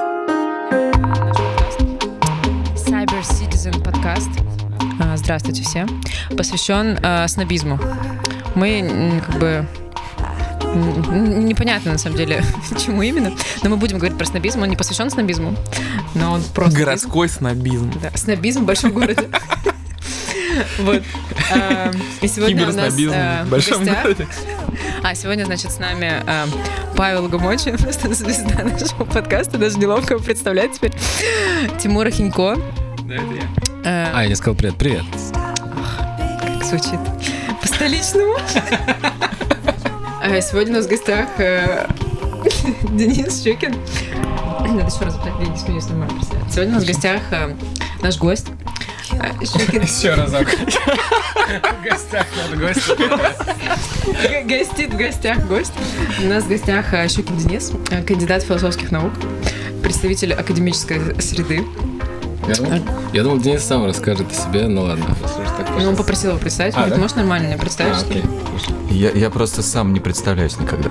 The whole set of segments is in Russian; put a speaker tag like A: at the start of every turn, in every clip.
A: наш подкаст. Cyber Citizen подкаст. А, Здравствуйте все. Посвящен а, снобизму. Мы м, как бы м, м, непонятно на самом деле, чему именно, но мы будем говорить про снобизм. Он не посвящен снобизму, но он просто
B: Городской снобизм.
A: да, снобизм в большом городе. Вот. А, И сегодня у нас
B: Киберснобизм
A: э,
B: в
A: в
B: большом
A: гостях-
B: городе.
A: А сегодня, значит, с нами э, Павел Гумочи, просто звезда нашего подкаста, даже неловко его представлять теперь. Тимур Хинько. Э,
C: А, я не сказал привет. Привет.
A: как звучит? По-столичному. А сегодня у нас в гостях э, Денис Щукин. Надо еще раз повторить, я не смеюсь нормально представлять. Сегодня у нас в гостях э, наш гость. э, Щукин
C: Еще разок. В гостях над гостем.
A: Г- гостит в гостях гость. У нас в гостях э, Щукин Денис, э, кандидат философских наук, представитель академической среды.
C: Я думал- Я думал, Денис сам расскажет о себе, ну ладно. Если уж так
A: Ну, он
C: получилось.
A: попросил его представить.
C: А,
A: Говорит,
C: да?
A: можешь нормально меня представить?
C: А,
A: что ли?»
C: окей, хорошо.
D: Я, я просто сам не представляюсь никогда.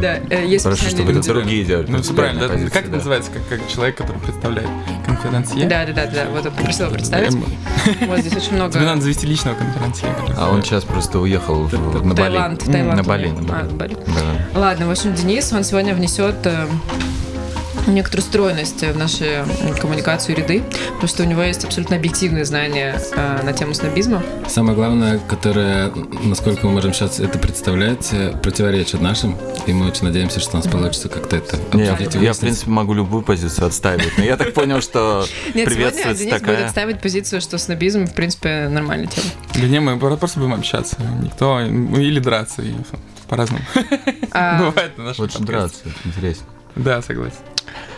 A: Да, э, есть
D: Хорошо, что вы
A: специальные
D: тут другие делают.
B: Ну, все правильно, да?
D: Позиции,
B: Как это
D: да.
B: называется, как, как человек, который представляет
A: люди.
B: конференция?
A: Да, да, да, да. Вот он попросил его представить. Вот здесь очень много.
B: Тебе надо завести личного конференция.
D: А он сейчас просто уехал в- на Бали.
A: Таиланд,
D: М,
A: Таиланд.
D: На Бали.
A: А,
D: на Бали.
A: на Бали.
D: Да.
A: Ладно, в общем, Денис, он сегодня внесет э, некоторую стройность в нашу коммуникацию и ряды, потому что у него есть абсолютно объективные знания э, на тему снобизма.
C: Самое главное, которое, насколько мы можем сейчас это представлять, э, противоречит нашим. И мы очень надеемся, что у нас получится как-то это
D: Не, я,
C: обсудить и
D: я, в
C: выяснить.
D: принципе, могу любую позицию отстаивать. Но я так понял, что
A: Нет, сегодня
D: приветствуется
A: Денис будет
D: такая...
A: ставить позицию, что снобизм, в принципе, нормальная тема.
B: Да не, мы про- просто будем общаться. Никто... ну, Или драться. и По-разному.
A: А,
B: Бывает на нашем
D: Лучше
B: подкасте.
D: драться, это интересно.
B: Да, согласен.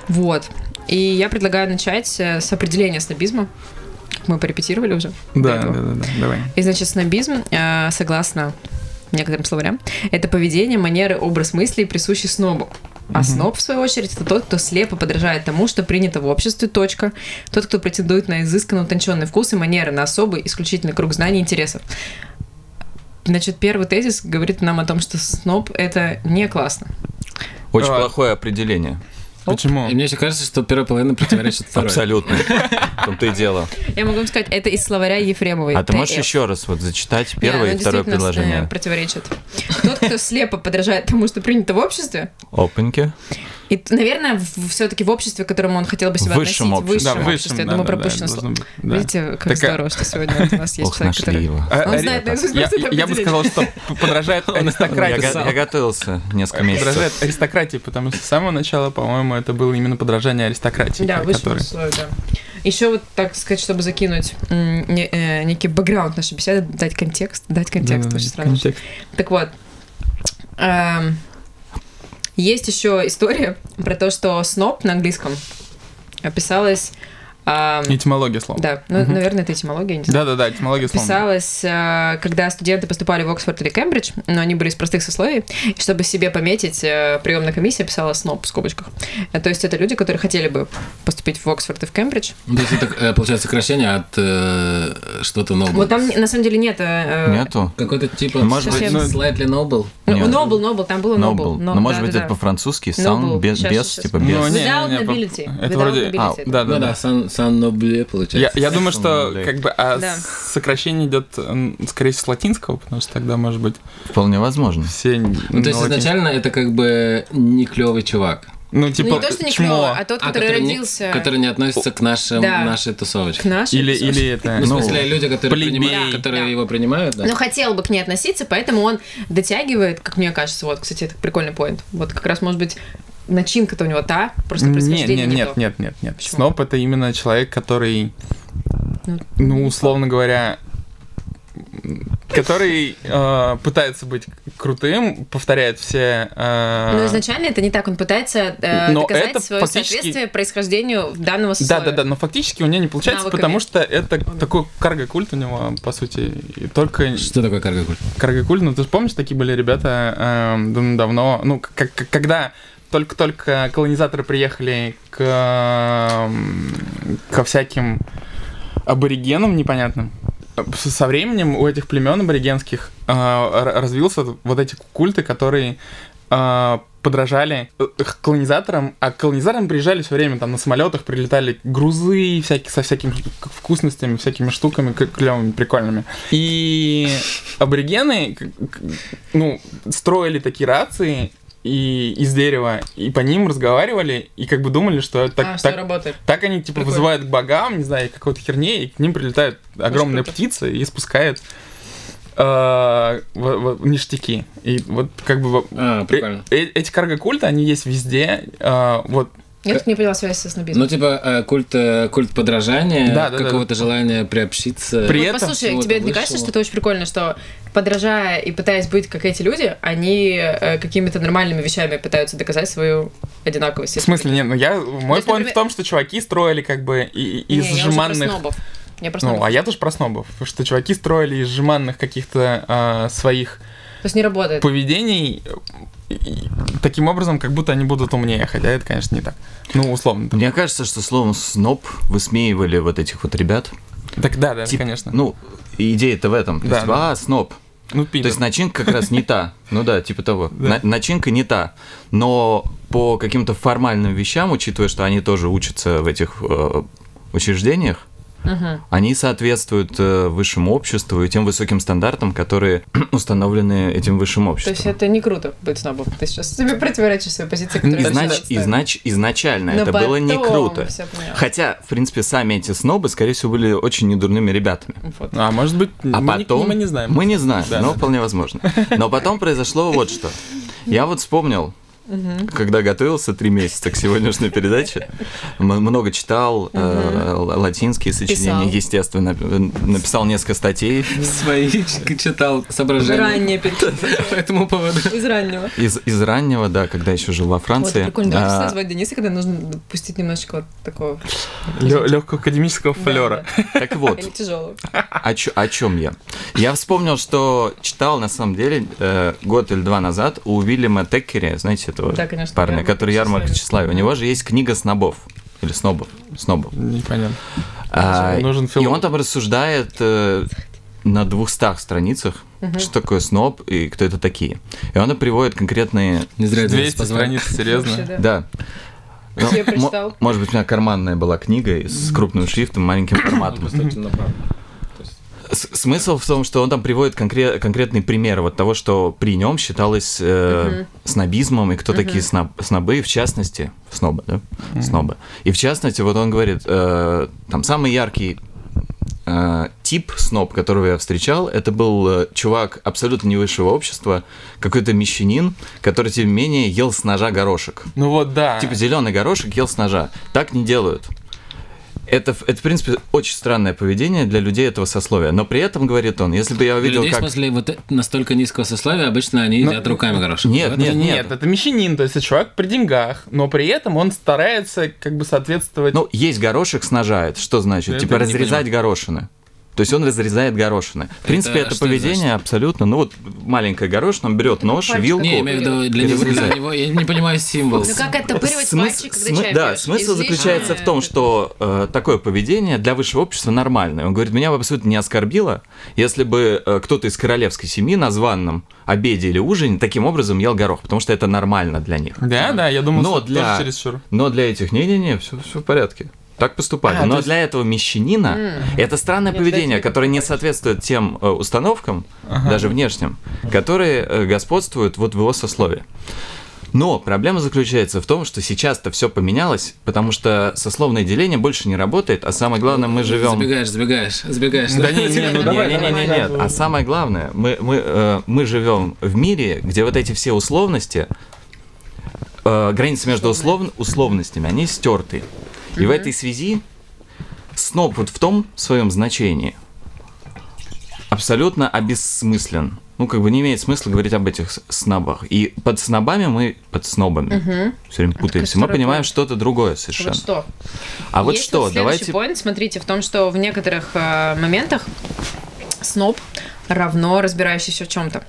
A: вот. И я предлагаю начать э, с определения снобизма. Как Мы порепетировали уже. до
B: Да, да,
A: этого.
B: да, да, давай.
A: И, значит, снобизм, э, согласно некоторым словарям, это поведение, манеры, образ мыслей, присущий снобу. А сноб, в свою очередь, это тот, кто слепо подражает тому, что принято в обществе, точка. Тот, кто претендует на изысканно утонченный вкус и манеры, на особый, исключительный круг знаний и интересов. Значит, первый тезис говорит нам о том, что сноб — это не классно.
D: Очень
B: Давай.
D: плохое определение.
A: Оп.
B: Почему?
C: И мне еще кажется, что первая половина противоречит второй.
D: ну, Абсолютно. В том-то и дело.
A: Я могу вам сказать, это из словаря Ефремовой.
D: А ты можешь
A: TF.
D: еще раз вот зачитать
A: Не, оно
D: первое и второе
A: действительно, э,
D: предложение?
A: противоречит. Тот, кто слепо подражает тому, что принято в обществе,
D: Опаньки.
A: И, т- наверное, все-таки в обществе, к которому он хотел бы себя
D: Высшем
A: относить,
D: обществе.
A: высшем
B: Да, в
A: обществе, я думаю,
B: да, да,
A: пропущено
B: да,
A: слово.
B: должно быть, да.
A: Видите, как
B: Так, а-
A: здорово, что сегодня вот у нас есть
D: Ох,
A: человек,
D: нашли
A: который...
D: его.
B: А,
A: Он
B: а,
A: знает
B: ребята,
A: наизусть
B: я-
A: просто это
B: Я бы сказал, что п- подражает
D: Я
B: аристократии.
D: го- я готовился несколько месяцев.
B: Подражает аристократии, потому что с самого начала, по-моему, это было именно подражание аристократии.
A: Да, высшее
B: которой-
A: условие, да. Еще вот, так сказать, чтобы закинуть м, не- э, некий бэкграунд нашей беседы, дать контекст, дать контекст,
B: Да-да-да,
A: очень странно.
B: контекст.
A: Так вот, эм, есть еще история про то, что сноб на английском описалась... эм,
B: Этимология слова.
A: да, ну,
B: Мгм.
A: наверное, это этимология, я не знаю.
B: Да-да-да, этимология слова.
A: Писалось, э, когда студенты поступали в Оксфорд или Кембридж, но они были из простых сословий, и чтобы себе пометить, э, приемная комиссия писала СНОП в скобочках. Э, То есть это люди, которые хотели бы поступить в Оксфорд и в Кембридж.
C: Ну, То есть это, э, получается, сокращение от э, что-то нового.
A: Вот там на самом деле нет... э, э,
D: Нету?
C: Какой-то типа...
D: Может
A: быть, ну-
C: Slightly noble.
A: Ну,
D: Нет.
A: Нобл, Нобл, там было
D: Нобл.
A: Нобл.
D: Но Ну, может быть это по-французски?
A: Noble.
D: Сан, без,
A: Щас,
D: без,
A: щас,
D: типа
B: щас.
D: без.
B: Ну, не,
A: Without
B: не, по-
A: nobility.
B: это
A: Without
B: вроде-
A: nobility.
D: А,
A: это-
B: Да, да,
C: Ну да,
B: да.
C: сан, сан noble,
B: Я,
C: получается.
B: я думаю, что
D: Noble.
B: как бы а,
A: Да.
B: с- сокращение идет, м, скорее всего, с латинского, потому что тогда, может быть,
D: Вполне возможно.
B: все...
C: Ну, то есть изначально это как бы не клевый чувак,
B: Ну,
A: Ну,
B: типа,
A: не то, что не
B: чмо.
A: клёво, а тот,
C: А,
A: который
C: который не-
A: родился...
C: который не относится к нашим,
A: Да.
C: нашей тусовочке.
A: К нашей.
B: Или,
A: всё.
B: или это...
C: Ну, в
D: Ну,
C: смысле, люди, которые,
B: плебей. Ну,
C: принимают,
A: Да,
C: которые
A: да.
C: его принимают, да?
A: Но хотел бы к ней относиться, поэтому он дотягивает, как мне кажется, вот, кстати, это прикольный поинт. Вот как раз, может быть, начинка-то у него та, просто
B: Нет,
A: происхождение
B: нет,
A: не
B: нет,
A: то.
B: нет, нет, нет.
A: Почему?
B: Сноп это именно человек, который,
A: Ну,
B: ну, условно говоря, м, который э, пытается быть крутым, повторяет все. э,
A: Но изначально это не так, он пытается э,
B: Но
A: доказать
B: это
A: свое
B: фактически-
A: соответствие происхождению данного
B: да,
A: сословия.
B: да, да, но фактически у него не получается,
A: Навыками.
B: потому что это такой карго-культ у него, по сути. И только
C: Что такое карго-культ?
B: карго-культ, ну ты же помнишь, такие были ребята эм, дав- давно, ну, к- к- когда только-только колонизаторы приехали к, эм, ко всяким аборигенам непонятным, со со временем у этих племен аборигенских а, р- развился вот эти культы, которые а, подражали э, их колонизаторам, а к колонизаторам приезжали все время, там на самолетах прилетали грузы всякие, со всякими к- вкусностями, всякими штуками к- клевыми, прикольными. И аборигены, к- к- ну, строили такие рации и из дерева, и по ним разговаривали, и как бы думали, что так,
A: а, что
B: так,
A: работает.
B: так они типа
A: Прикольно.
B: вызывают к богам, не знаю, какой-то херне, и к ним прилетают огромные
A: круто.
B: птицы и спускают э, в- в- ништяки. И вот как бы во-
C: А, прикольно.
B: э- э- эти карго-культы, они есть везде. э, вот.
A: Я тут не поняла связь со снобизмом.
C: Ну, типа, э, культ, э, культ подражания,
B: Да, да, да.
C: какого-то желания приобщиться.
B: При-
A: Вот
B: этом
A: послушай,
C: всего
A: тебе не
C: вышел.
A: кажется, что это очень прикольно, что подражая и пытаясь быть как эти люди, они э, какими-то нормальными вещами пытаются доказать свою одинаковость.
B: В смысле, нет, ну я. Мой
A: есть,
B: point
A: например-
B: в том, что чуваки строили как бы и- и-
A: Не,
B: из
A: я уже про
B: жеманных.
A: снобов. Я про снобов.
B: Ну, а я тоже про снобов, что чуваки строили из жеманных каких-то э, своих
A: То есть не работает.
B: поведений э, и- таким образом, как будто они будут умнее, хотя это, конечно, не так. Ну, условно.
D: Мне кажется, что словом «сноб» высмеивали вот этих вот ребят.
B: Так да, да,
D: Тип-
B: конечно.
D: Ну, идея-то в этом. То
B: Да,
D: есть,
B: да.
D: А, сноб.
B: Ну,
D: То есть начинка как раз не та. Ну да, типа того.
B: Да.
D: На- Начинка не та. Но по каким-то формальным вещам, учитывая, что они тоже учатся в этих э, учреждениях,
A: Мгм.
D: они соответствуют э, высшему обществу и тем высоким стандартам, которые установлены этим высшим
A: То есть
D: обществом.
A: это не круто быть снобом. Ты сейчас себе противоречишь своей позиции, которую я
D: Изнач-
A: всегда отстаиваю.
D: изнач- изначально
A: Но
D: это было не
A: потом
D: круто.
A: всё поняла.
D: Хотя, в принципе, сами эти снобы, скорее всего, были очень недурными ребятами.
A: Вот.
B: А может быть,
D: А
B: мы, не-
D: потом...
B: мы не знаем.
D: Мы не знаем,
B: Да,
D: но
B: да.
D: вполне возможно. Но потом произошло вот что. Я вот вспомнил, когда готовился три месяца к сегодняшней передаче, м- много читал э, л- латинские сочинения,
A: Писал.
D: естественно, э, написал несколько статей
C: Свои ч- читал соображения
A: Раннее перед-
C: по этому поводу.
A: Из раннего.
D: из, из раннего, да, когда еще жил
A: Вот,
D: во
A: это
D: Франции.
A: прикольно.
D: А,
A: Давай сейчас звать Дениса, когда нужно пустить немножечко вот такого
B: легкого академического флера.
A: Да,
D: так
A: да.
D: вот,
A: Или тяжелого.
D: о, чё- о чем я? Я вспомнил, что читал, на самом деле, э, год или два назад у Уильяма Теккери, знаете, этого
A: Да, конечно,
D: парня,
A: Ярмарка
D: который ярмарка
A: тщеславия.
D: тщеславия, у него же есть книга снобов. Или снобов. Снобов.
B: Непонятно.
D: А,
B: Нужен
D: и
B: филолог.
D: он там рассуждает э, на 200 страницах, что такое сноб и кто это такие. И он приводит конкретные...
C: Не зря я тебя
B: 200
C: позвал.
B: страниц,
A: Вообще,
B: серьезно.
A: да.
D: Да. Ну,
A: Я прочитал.
D: мо- может быть, у меня карманная была книга с крупным шрифтом, маленьким форматом. С- Смысл в том, что он там приводит конкре- конкретный пример вот того, что при нем считалось э, снобизмом, и кто такие сноб- снобы, и в частности, снобы, да? Снобы. И в частности, вот он говорит, э, там самый яркий э, тип сноб, которого я встречал, это был э, чувак абсолютно не высшего общества, какой-то мещанин, который, тем не менее, ел с ножа горошек.
B: Ну вот
C: А.
B: да.
D: Типа зеленый горошек ел с ножа. Так не делают. Это, в- это, в принципе, очень странное поведение для людей этого сословия. Но при этом, говорит он, если бы я
C: Для
D: увидел,
C: людей, в
D: как...
C: смысле, вот э- настолько низкого сословия, обычно они
B: Ну,
C: едят руками горошек.
D: нет,
C: да?
B: Нет,
D: нет.
B: это мещанин, то есть это человек при деньгах, но при этом он старается как бы соответствовать.
D: Ну, есть горошек с ножа, это что значит?
B: Я
D: типа
C: этого не
D: разрезать горошины. То есть он разрезает горошины. В принципе, это,
C: что
D: поведение абсолютно... Ну, вот маленькая горошина, он берет нож,
A: пальчиком
D: вилку...
C: Не, я имею в виду, для него, для
D: Разрезать.
C: него, я не понимаю символ.
A: Ну как оттопыривать
D: Смыс-
A: пальчик, когда
D: смы-
A: чай
D: Да,
A: пьёшь? А.
D: смысл
A: Излишне
D: заключается в том,
A: это-
D: что э, такое поведение для высшего общества нормальное. Он говорит, меня бы абсолютно не оскорбило, если бы э, кто-то из королевской семьи на званном обеде или ужине таким образом ел горох, потому что это нормально для них.
B: Да, да, я думал,
D: Но
B: что это
D: для-
B: тоже чересчур.
D: Но для этих, не-не-не, все, в порядке. Так поступали.
B: А, то
D: Но
B: есть-
D: для этого мещанина это странное
A: Нет,
D: поведение,
A: давайте
D: которое не соответствует тем э, установкам, даже внешним, которые э, господствуют вот в его сословии. Но проблема заключается в том, что сейчас-то все поменялось, потому что сословное деление больше не работает, а самое главное,
C: Ну,
D: мы живем...
C: Забегаешь, забегаешь, забегаешь.
B: Да не, не,
A: Типа,
B: ну
D: Не,
B: давай,
D: не, не,
B: давай,
D: не,
B: давай.
D: нет. А самое главное, мы, мы, э, мы живем в мире, где вот эти все условности, э, границы между услов- условностями, они стерты. И в этой связи сноб вот в том своем значении абсолютно обессмыслен. Ну, как бы не имеет смысла говорить об этих с- снобах. И под снобами мы под снобами все время путаемся. Мы
A: который
D: понимаем
A: пункт?
D: что-то другое совершенно.
A: Вот что?
D: А вот
A: Есть
D: что,
A: вот следующий
D: давайте...
A: point, смотрите, в том, что в некоторых э, моментах сноб равно разбирающийся в чем-то.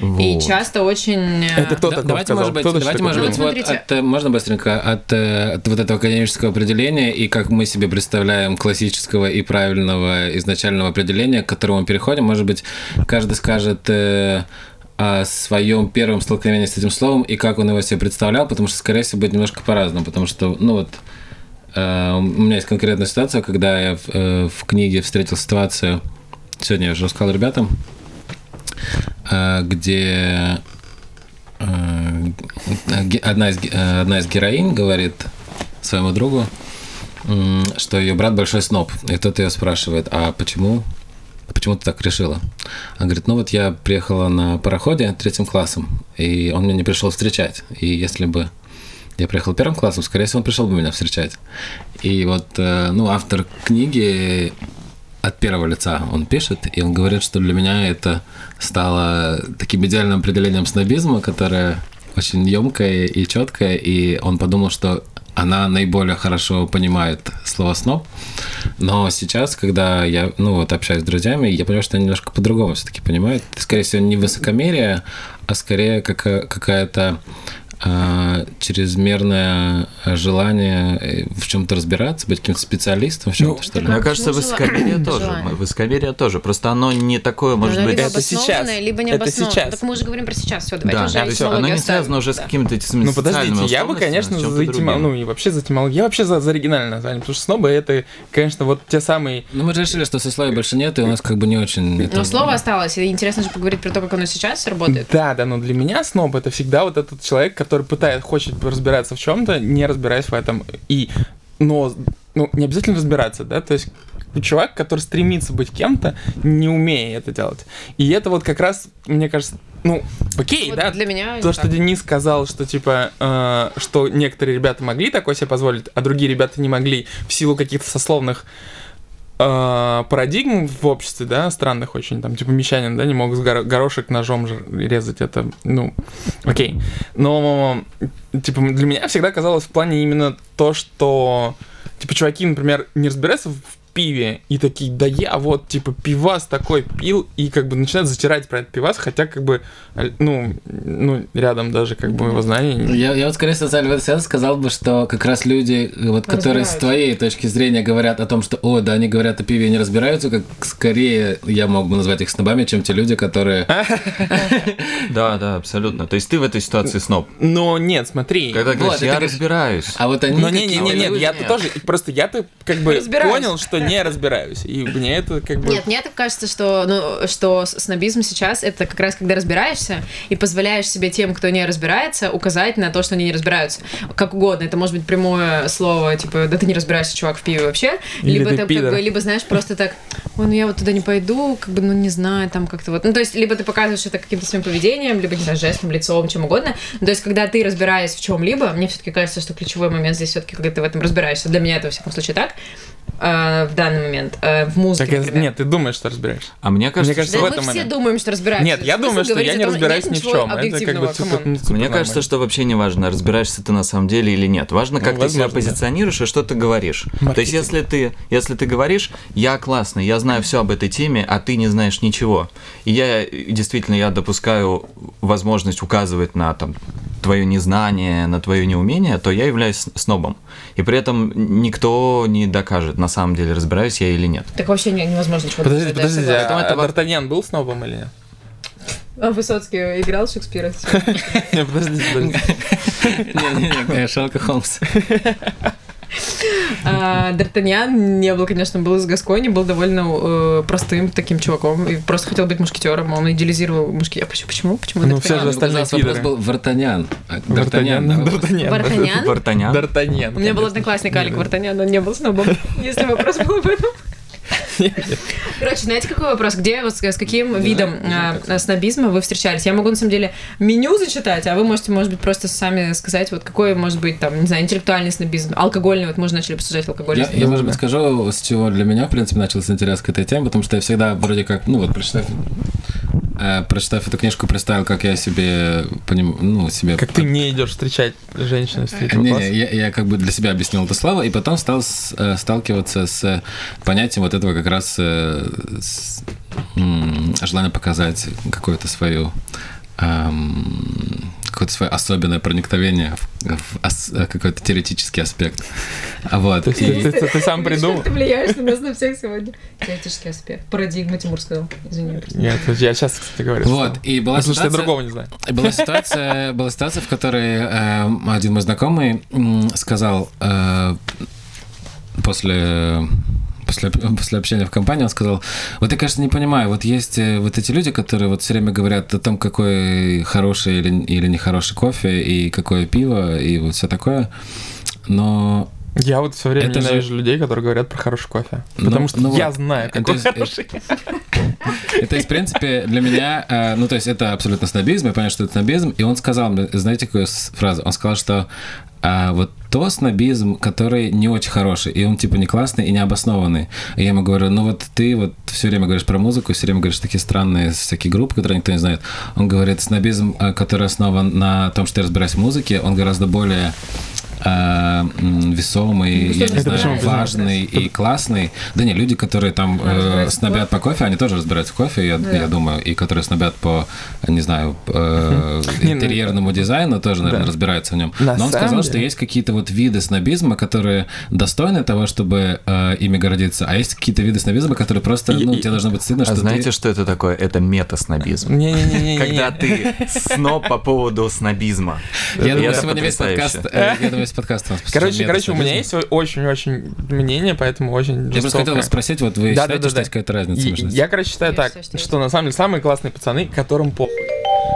A: И
D: Вот.
A: часто очень... э,
B: Это кто
C: Да-
B: такой
C: давайте,
B: сказал?
C: может быть,
B: Кто точно
C: давайте,
B: такой
C: может
A: Ну,
C: быть,
B: придумал?
C: вот
A: смотрите.
C: от, э, можно быстренько от, э, от вот этого академического определения и как мы себе представляем классического и правильного изначального определения, к которому мы переходим, может быть, каждый скажет э, о своем первом столкновении с этим словом и как он его себе представлял, потому что, скорее всего, будет немножко по-разному, потому что, ну вот, э, у меня есть конкретная ситуация, когда я в, э, в книге встретил ситуацию, сегодня я уже рассказал ребятам, э, где э, ге- одна из, ге- э, одна из героинь говорит своему другу, м, что ее брат большой сноб. И тот ее спрашивает, а почему, почему ты так решила? Она говорит, ну вот я приехала на пароходе третьим классом, и он меня не пришел встречать. И если бы я приехал первым классом, скорее всего, он пришел бы меня встречать. И вот, э, ну, автор книги от первого лица он пишет, и он говорит, что для меня это стало таким идеальным определением снобизма, которое очень емкое и четкое, и он подумал, что она наиболее хорошо понимает слово «сноб», но сейчас, когда я, ну, вот общаюсь с друзьями, я понимаю, что они немножко по-другому все-таки понимают. Это, скорее всего, не высокомерие, а скорее кака- какая-то а, чрезмерное желание э, в чем-то разбираться, быть каким-то специалистом в
B: Ну,
C: чем-то, что ли.
D: Мне кажется,
A: Почему желание?
D: высокомерие тоже.
A: Желание.
D: Высокомерие тоже. Просто оно не такое, может
A: оно
D: быть...
A: либо
B: Это
A: обоснованное,
B: сейчас.
A: либо не
B: Это
A: обоснованное.
B: сейчас.
A: Так мы уже говорим про сейчас, все, давайте
D: Да,
A: уже
D: то есть оно
A: этимологию
D: не
A: оставим.
D: связано уже с
A: Да.
D: какими-то этими
B: Ну
D: социальными
B: подождите, я бы,
D: условностями, а с
B: конечно,
D: чем-то
B: за этим-
D: другим.
B: ну и вообще за этимол- Я вообще за, за оригинальное название, потому что снобы это, конечно, вот те самые...
C: Ну, мы же решили, что сословия больше нет, и у нас как бы не очень... это-
A: Но слово осталось, и интересно же поговорить про то, как оно сейчас работает.
B: Да, да, но для меня сноб это всегда вот этот человек, который пытает, хочет разбираться в чем-то, не разбираясь в этом. И, но, ну, не обязательно разбираться, да, то есть чувак, который стремится быть кем-то, не умея это делать. И это вот как раз, мне кажется, ну, окей,
A: Вот
B: да,
A: для меня так.
B: То, что Денис сказал, что типа, э, что некоторые ребята могли такое себе позволить, а другие ребята не могли в силу каких-то сословных э, парадигм в обществе, да, странных очень, там, типа, мещанин, да, не мог с горо- горошек ножом же резать это, ну, окей. Но, типа, для меня всегда казалось в плане именно то, что, типа, чуваки, например, не разбираются в пиве и такие, да я вот, типа, пивас такой пил, и как бы начинают затирать про этот пивас, хотя, как бы, аль- ну, ну, рядом даже, как бы, его
D: Ну,
B: знание.
C: Я, я вот скорее социально в этот сеанс сказал бы, что как раз люди, э, вот, которые с
A: Разбираются.
C: твоей точки зрения говорят о том, что о, да, они говорят о пиве и не разбираются, как скорее я мог бы назвать их снобами, чем те люди, которые.
B: А?
D: Да, да, абсолютно. То есть ты в этой ситуации сноб.
B: Но нет, смотри.
D: Когда
C: Вот,
D: говоришь,
C: это
D: я
C: как-
D: разбираюсь.
C: А вот они.
B: Но Ну, не, не, не,
D: какие-то
B: нет, я то
D: люди.
B: тоже, просто я-то как бы
A: Разбираюсь.
B: понял, что не разбираюсь, и мне это как бы...
A: Нет, мне так кажется, что, ну, что с- снобизм сейчас это как раз когда разбираешься и позволяешь себе тем, кто не разбирается, указать на то, что они не разбираются. Как угодно. Это может быть прямое слово, типа, да ты не разбираешься, чувак, в пиве вообще.
B: Или
A: либо
B: ты
A: это
B: пидор.
A: как бы, либо знаешь, просто так, ой, ну я вот туда не пойду, как бы, ну не знаю, там как-то вот. Ну, то есть, либо ты показываешь это каким-то своим поведением, либо, не знаю, жестом, лицом, чем угодно. Ну, то есть, когда ты разбираешься в чем-либо, мне все-таки кажется, что ключевой момент здесь все-таки, когда ты в этом разбираешься. Для меня это, во всяком случае, так. э, в данный момент. э, в музыке.
B: Так, я-
A: например.
B: нет, ты думаешь, что разбираешься.
D: А мне кажется,
A: Да
B: кажется,
D: что-
B: в
A: мы
B: этом
A: все
B: момент.
A: думаем, что разбираемся.
B: Нет, я
A: Смысл
B: думаю, что
A: говорить
B: я
A: о
B: не
A: том-
B: разбираюсь ни в
A: ничего
B: чем. Это как
A: объективного,
B: бы супер-
A: камон.
B: супер
D: Мне кажется,
B: нормально.
D: что вообще не важно, разбираешься ты на самом деле или нет. Важно, как
B: Ну,
D: ты себя
B: возможно, да.
D: позиционируешь и что ты говоришь. То есть,
B: Маркетинг.
D: если ты, если ты говоришь, я классный, я знаю все об этой теме, а ты не знаешь ничего. И я э, действительно я допускаю возможность указывать на там твое незнание, на твое неумение, то я являюсь с- снобом. И при этом никто не докажет, на самом деле, разбираюсь я или нет.
A: Так вообще не- невозможно ничего
B: Подождите,
A: доказать, да,
B: подождите,
A: я согласна.
B: а
D: это
B: а
D: вот-
B: Д'Артаньян был снобом или нет?
A: А Высоцкий играл Шекспира?
B: Не, подождите, подождите.
C: Не-не-не, Шерлока Холмс.
A: А, Д'Артаньян не был, конечно, был из Гаскони, был довольно э, простым таким чуваком. И просто хотел быть мушкетером. а Он идеализировал мушкетера. Почему? Почему? почему
B: Ну,
A: Д'Артаньян?
B: все же
C: Мне показалось,
B: остальные
C: вопрос
B: пидоры.
C: был Вартанян. А, Д'Артаньян,
B: Д'Артаньян,
C: да, вопрос.
B: Д'Артаньян.
A: Вартанян?
D: Вартанян?
B: Д'Артаньян.
A: У меня был
B: конечно.
A: одноклассник Алик Вартанян, он не был снобом. Если вопрос был об этом. Короче, знаете, какой вопрос? Где, вот с с каким видом а, снобизма вы встречались? Я могу, на самом деле, меню зачитать, а вы можете, может быть, просто сами сказать, вот какой может быть, там, не знаю, интеллектуальный снобизм, алкогольный, вот мы уже начали обсуждать алкогольный
C: Я,
A: снобизм.
C: я, может быть, скажу, с чего для меня, в принципе, начался интерес к этой теме, потому что я всегда вроде как, ну вот, прочитав, э, прочитав эту книжку, представил, как я себе, поним, ну, себе...
B: Как ты не идешь встречать женщину с третьего
C: Не,
B: класса?
C: не, я, я как бы для себя объяснил это слово, и потом стал с- э, сталкиваться с понятием вот этого как раз э, с, м, желания показать какую-то свою эм, какое-то свое особенное проникновение в, в ос- э, какой-то теоретический аспект. А Вот.
B: То есть
C: и-
B: ты- ты ты сам
A: Видишь,
B: придумал?
A: как Ты влияешь на нас на всех сегодня. Теоретический аспект. Парадигма Тимур сказал. Извини. я просто.
B: Нет, я сейчас, кстати, говорю.
C: Вот, и была
B: Потому что я
C: ситуация-
B: другого не знаю.
C: И Была ситуация, была ситуация, в которой эм, один мой знакомый м, сказал э, после после об- после общения в компании он сказал, вот я, конечно, не понимаю, вот есть э, вот эти люди, которые вот все время говорят о том, какой хороший или или нехороший кофе и какое пиво и вот все такое, но
B: Я вот все время
C: Это же-
B: ненавижу людей, которые говорят про хороший кофе.
C: Ну,
B: Потому что
C: ну
B: я
C: вот.
B: знаю,
C: Это
B: какой
C: из- э,
B: хороший.
C: Это, в принципе, для меня, э, ну, то есть это абсолютно снобизм, я понял, что это снобизм, и он сказал, мне, знаете, какую с- фразу? Он сказал, что а, вот то снобизм, который не очень хороший, и он, типа, не классный и не обоснованный. И я ему говорю, ну, вот ты вот все время говоришь про музыку, все время говоришь такие странные всякие группы, которые никто не знает. Он говорит, снобизм, э, который основан на том, что я разбираюсь в музыке, он гораздо более э, м, весомый, я не
A: Это почему
C: знаю,
A: без
C: важный и классный. Да не, люди, которые там
A: Да,
C: э,
A: разбираются в
C: снобят по кофе, они тоже разбираются в кофе, я,
A: Да.
C: я думаю, и которые снобят по, не знаю, э,
B: Не, ну,
C: интерьерному дизайну, тоже, наверное,
B: да.
C: разбираются в нем.
B: На
C: Но он
B: самом
C: сказал, что
B: деле-
C: есть какие-то вот виды снобизма, которые достойны того, чтобы э, ими гордиться, а есть какие-то виды снобизма, которые просто,
B: И-
C: ну,
B: и-
C: тебе должно быть стыдно,
D: А
C: что
D: знаете,
C: ты...
D: что это такое? Это мета-снобизм.
B: Не-не-не-не.
D: Когда ты сноб по поводу снобизма.
C: Я думаю,
D: Это
C: сегодня весь подкаст,
D: потрясающе.
C: э, я думаю, весь подкаст у нас посвящен
B: Короче, короче, у меня
C: мета-снобизму.
B: есть очень-очень мнение, поэтому очень
C: Ну, Я просто хотел вас
B: жестокое.
C: спросить, вот вы
B: Да,
C: считаете,
B: да, да,
C: что
B: да.
C: есть какая-то разница
B: И-
C: между
B: Я, короче, считаю
A: Я
B: так,
A: считаю, что есть.
B: что на самом деле самые классные пацаны, которым похуй.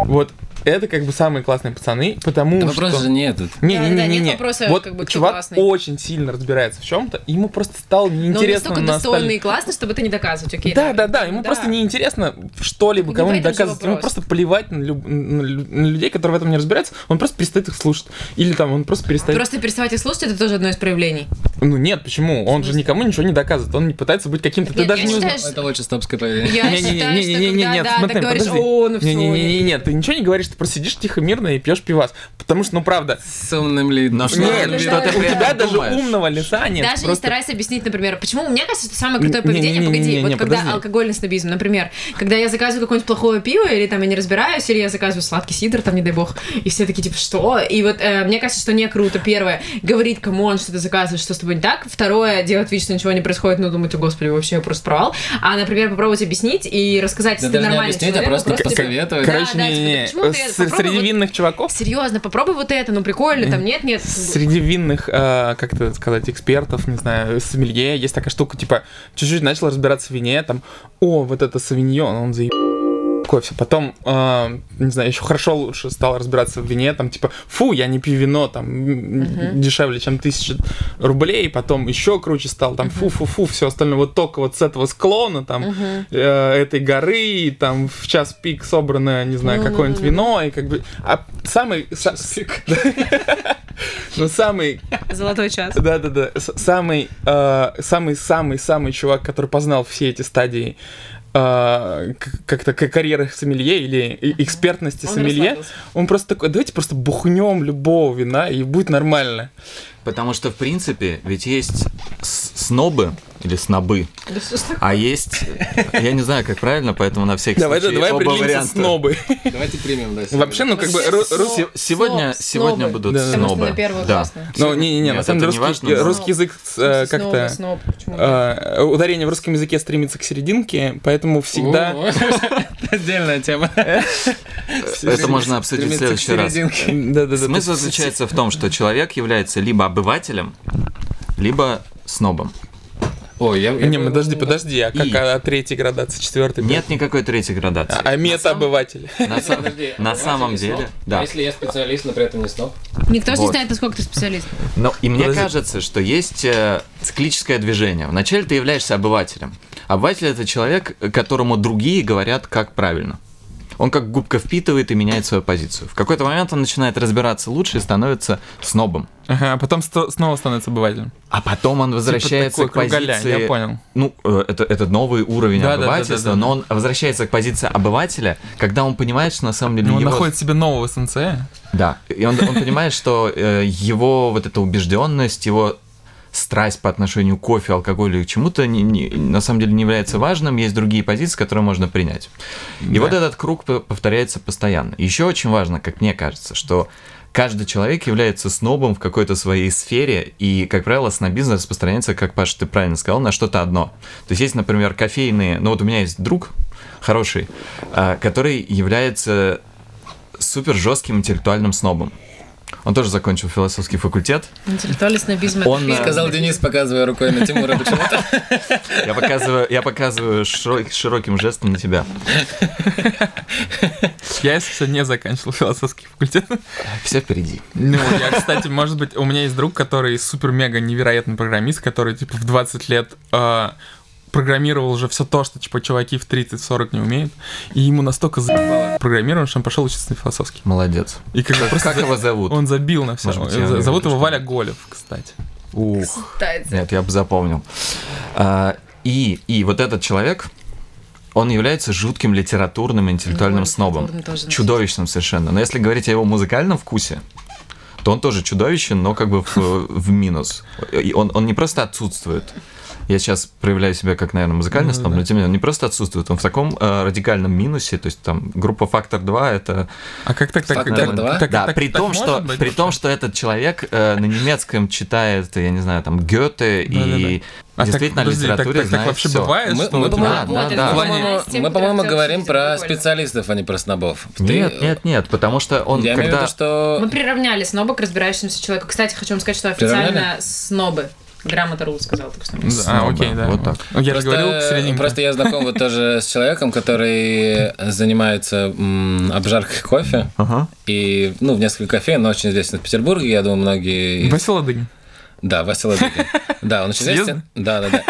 B: Вот это как бы самые классные пацаны, потому
C: Да
B: что...
C: вопрос же не этот.
B: Не,
A: Да,
B: не,
A: да, нет
B: не, не, не.
A: вопроса,
B: вот
A: как бы, кто
B: чувак
A: классный.
B: очень сильно разбирается в чем-то, и ему просто стало
A: Но он
B: неинтересно
A: настолько
B: на
A: достойный и
B: остальных.
A: классный, чтобы это не доказывать, окей?
B: Да, да, да, ему просто неинтересно что-либо
A: Не в
B: кому-нибудь
A: этом же
B: доказывать, ему
A: вопрос.
B: просто плевать на, люб- на лю- на людей, которые в этом не разбираются, он просто перестает их слушать. Или там он просто перестает...
A: Просто переставать их слушать, это тоже одно из проявлений.
B: Ну нет, почему? Он же никому ничего не доказывает, он не пытается быть каким-то... Ты
A: Нет,
B: даже
A: я
B: не
A: считаю,
B: узнаешь.
A: что-
C: Это очень стопское поведение.
A: Я считаю, что когда, да, ты говоришь, о, ну все,
B: не, не, не, не, ты ничего не говоришь, ты просто сидишь тихо, мирно и пьешь пивас. Потому что, ну правда,
C: С умным лидом.
D: Но что-
B: нет,
A: ты-
B: что
A: да,
B: ты-
A: да,
B: у
D: да.
B: тебя даже
D: Думаешь.
B: умного лица нет.
A: Даже не
B: просто-
A: старайся объяснить, например, почему мне кажется, что самое крутое
B: Не- не-
A: поведение,
B: не- не-
A: погоди,
B: не-
A: вот
B: не,
A: когда
B: подожди.
A: алкогольный снобизм, например, когда я заказываю какое-нибудь плохое пиво, или там я не разбираюсь, или я заказываю сладкий сидр, там, не дай бог, и все такие, типа, что? И вот э, мне кажется, что не круто, первое, говорить, камон, что ты заказываешь, что с тобой не так, второе, делать вид, что ничего не происходит, ну, думать, о, господи, вообще я просто провал, а, например, попробовать объяснить и рассказать, если
C: Да
A: ты
C: даже не
A: нормальный
C: объяснить, а
A: человек,
C: просто
A: просто типа,
C: посоветовать.
A: Да,
B: Короче,
A: да,
B: не,
A: типа,
B: не,
A: почему ты-
B: С-
A: попробуй
B: среди
A: вот-
B: винных чуваков,
A: Серьезно, попробуй вот это, ну прикольно,
C: Э,
A: там нет, нет.
B: среди винных, э, как это сказать, экспертов, не знаю, сомелье, есть такая штука, типа, чуть-чуть начал разбираться в вине, там, о, вот это савиньон, он заеб кофе. Потом, э, не знаю, еще хорошо лучше стал разбираться в вине, там, типа, фу, я не пью вино, там, м, м, дешевле, чем тысяча рублей, потом еще круче стал, там, фу-фу-фу, все остальное, вот только вот с этого склона, там, э, этой горы, там, в час пик собранное, не знаю, какое-нибудь вино, и как бы... А самый... са- Ну, самый
A: Золотой час.
B: да, да, да. С- Самый, э, самый, самый, самый чувак, который познал все эти стадии э, к- как-то к- карьеры сомелье или и- экспертности
A: Он
B: сомелье,
A: расслабился.
B: он просто такой, давайте просто бухнем любого вина и будет нормально.
D: Потому что, в принципе, ведь есть с- снобы или снобы,
C: Э,
A: Да что ж такое?
D: а есть... Я не знаю, как правильно, поэтому на всякий
B: Давай, да,
D: случай
B: давай
D: оба
B: определимся
D: варианта.
B: снобы.
C: Давайте примем, да.
B: Вообще, ну как бы... ру-
A: Сно-
B: русский-
D: Се- Сегодня,
A: сноб-
D: сегодня
A: снобы.
D: будут
B: Да, да, да.
A: Потому что
D: снобы.
A: на первую
D: Да.
A: классно.
B: Ну, не-не-не, на
D: Нет,
B: самом
D: это
B: деле
D: не
B: русский,
D: важно, но-
B: русский язык э, как-то...
A: Сноб, почему
C: а,
A: нет?
B: э, ударение в русском языке стремится к серединке, поэтому всегда...
C: Отдельная тема.
D: Это можно обсудить в следующий раз.
B: Да-да-да,
D: Смысл
B: то есть-
D: заключается в том, что человек является либо обывателем, либо снобом.
C: Ой, я...
B: Не, подожди, подожди, а как
D: И.
B: а, третья градация, четвертая?
D: Нет никакой третьей градации.
B: А мета-обыватели.
D: На самом-
C: а
D: На самом деле, да.
C: я специалист, но при этом не сноб?
A: Никто же не
D: Вот.
A: знает, насколько ты специалист.
D: Но Ну, и мне
B: Подожди.
D: кажется, что есть э, циклическое движение. Вначале ты являешься обывателем. Обыватель это человек, которому другие говорят, как правильно. Он как губка впитывает и меняет свою позицию. В какой-то момент он начинает разбираться лучше и становится снобом.
B: Ага, а потом сто- снова становится обывателем.
D: А потом он возвращается
B: Типа такой
D: к позиции...
B: круголя, я понял.
D: Ну, э, это, это новый уровень
B: Да-да-да-да-да.
D: обывательства, но он возвращается к позиции обывателя, когда он понимает, что на самом деле
B: Ну, он
D: его...
B: находит себе нового сенсея.
D: Да, и он, он понимает, что э, его вот эта убежденность, его страсть по отношению к кофе, алкоголю и к чему-то не- не- на самом деле не является важным, есть другие позиции, которые можно принять. И вот этот круг п- повторяется постоянно. Еще очень важно, как мне кажется, что каждый человек является снобом в какой-то своей сфере, и, как правило, снобизм распространяется, как, Паша, ты правильно сказал, на что-то одно. То есть есть, например, кофейные... Ну вот у меня есть друг хороший, а, который является супер жестким интеллектуальным снобом. Он тоже закончил философский факультет.
E: Интеллектуальный снобизм это
D: Он,
E: фигня.
D: э,
C: Сказал Денис, показывая рукой на Тимура почему-то.
D: Я показываю, я показываю широ- широким жестом на тебя.
B: Я, если что, не заканчивал философский факультет.
D: Все впереди.
B: Ну, я, кстати, может быть, у меня есть друг, который супер-мега невероятный программист, который, типа, в 20 лет э, программировал уже все то, что, типа, чуваки в 30-40 не умеют, и ему настолько заебало программирование, что он пошел учиться на философский.
D: Молодец.
B: И как бы
D: Как,
B: просто
D: как его зовут?
B: он забил на все.
D: Может быть, я не
B: Зовут
D: говорю,
B: его
D: что-
B: Валя Голев, кстати.
D: Ух.
A: Кстати.
D: Нет, я бы запомнил. А, и, и вот этот человек, он является жутким литературным интеллектуальным
A: Ну,
D: снобом.
A: литературным тоже, значит.
D: Чудовищным совершенно. Но если говорить о его музыкальном вкусе, то он тоже чудовищен, но как бы в, в минус. И он, он не просто отсутствует. Я сейчас проявляю себя как, наверное, музыкальный сноб, но тем не менее, он не просто отсутствует, он в таком э, радикальном минусе, то есть там группа «Фактор 2» — это
B: А как так? так,
D: Фактор
B: так,
C: два?
B: так, так,
D: да,
B: так,
D: при
B: так
D: том,
B: может
D: что
B: быть?
D: при том, что этот человек э, на немецком читает, я не знаю, там Гёте и
B: А так,
D: действительно о
B: подожди, так-
D: литературе
B: так, так
D: знает
B: вообще
D: всё.
B: бывает,
C: Мы-
B: что
C: мы
B: у тебя-
C: бываем-
D: Да, да, да.
C: Мы,
B: Плане-
C: по-моему,
A: С тем,
C: мы,
A: кто
C: по-моему,
A: общался,
C: говорим
A: очень
C: про
A: прикольно.
C: специалистов, а не про снобов.
D: Нет, нет, нет, потому что он
C: Я имею в
D: когда
C: виду, что...
A: Мы приравняли сноба к разбирающемуся человеку. Кстати, хочу вам сказать, что официально
C: Приравняли?
A: снобы. Грамота Рул сказал так что.
B: Да, А, окей, да.
D: Вот так.
B: Я же
C: Просто,
B: говорил, средненько.
C: просто я знаком вот тоже с человеком, который занимается м, обжаркой кофе.
D: Ага.
C: И, ну, в несколько кофеин, но очень известен в Петербурге, я думаю, многие... из-
B: Вася Ладыгин.
C: Да, Вася Ладыгин. Да, он очень известен.
B: Серьезно?
C: Да, да, да.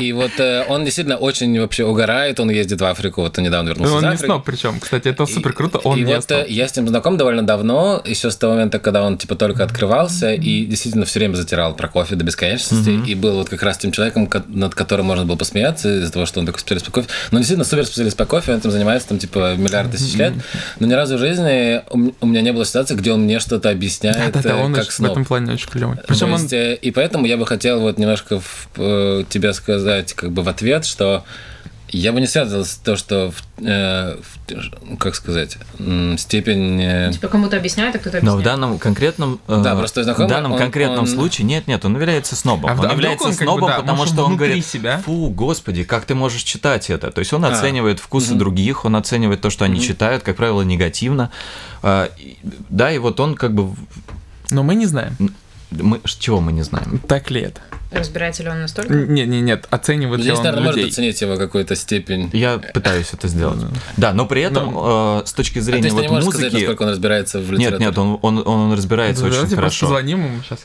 C: И вот э, он действительно очень вообще угорает, он ездит в Африку, вот он недавно вернулся из
B: Он не
C: Африки.
B: сноб причем, кстати, это супер круто, он
C: и
B: не
C: вот э,
B: сноб.
C: я с ним знаком довольно давно, еще с того момента, когда он типа только открывался и действительно все время затирал про кофе до бесконечности и был вот как раз тем человеком, ко- над которым можно было посмеяться из-за того, что он такой специалист по кофе. Но действительно супер специалист по кофе, он этим занимается там типа миллиард тысяч лет. Но ни разу в жизни у м- у меня не было ситуации, где он мне что-то объясняет
B: Да-да-да,
C: э,
B: он
C: как
B: очень- в
C: сноб.
B: этом плане очень клевый.
C: То
B: Причем он
C: есть, э, и поэтому я бы хотел вот немножко в, э, тебе сказать как бы в ответ, что я бы не связывал с то, что в- э, в- ж- ну, как сказать м, степень э,
A: Типа кому-то объясняет, а кто-то
D: Но в
A: объясняет.
D: данном конкретном, э,
C: Да, просто знакомый,
D: в данном
C: он-
D: конкретном
C: он-
D: случае нет, нет, он является снобом.
B: А
D: он
B: вдруг он
D: является
B: как бы,
D: снобом,
B: да,
D: потому
B: может,
D: что он
B: внутри
D: говорит,
B: себя?
D: фу, господи, как ты можешь читать это? То есть он
C: А,
D: оценивает вкусы других, он оценивает то, что они читают, как правило, негативно. А, и- Да, и вот он как бы... в-
B: Но мы не знаем,
D: Мы, ш- чего мы не знаем?
B: так ли это.
A: Разбирается ли он настолько?
B: Нет, нет, нет, оценивает ли
C: здесь,
B: он
C: наверное, может
B: людей.
C: оценить его какую-то степень.
D: Я пытаюсь это сделать. Да, но при этом, э, с точки
C: А ты
D: зрения
C: что, не
D: вот
C: можешь сказать,
D: музыки...
C: насколько он разбирается в
D: Нет,
C: литературе?
D: нет, он, он, он разбирается
B: Да,
D: очень
B: Ну, Давайте просто
D: хорошо.
B: звоним ему сейчас.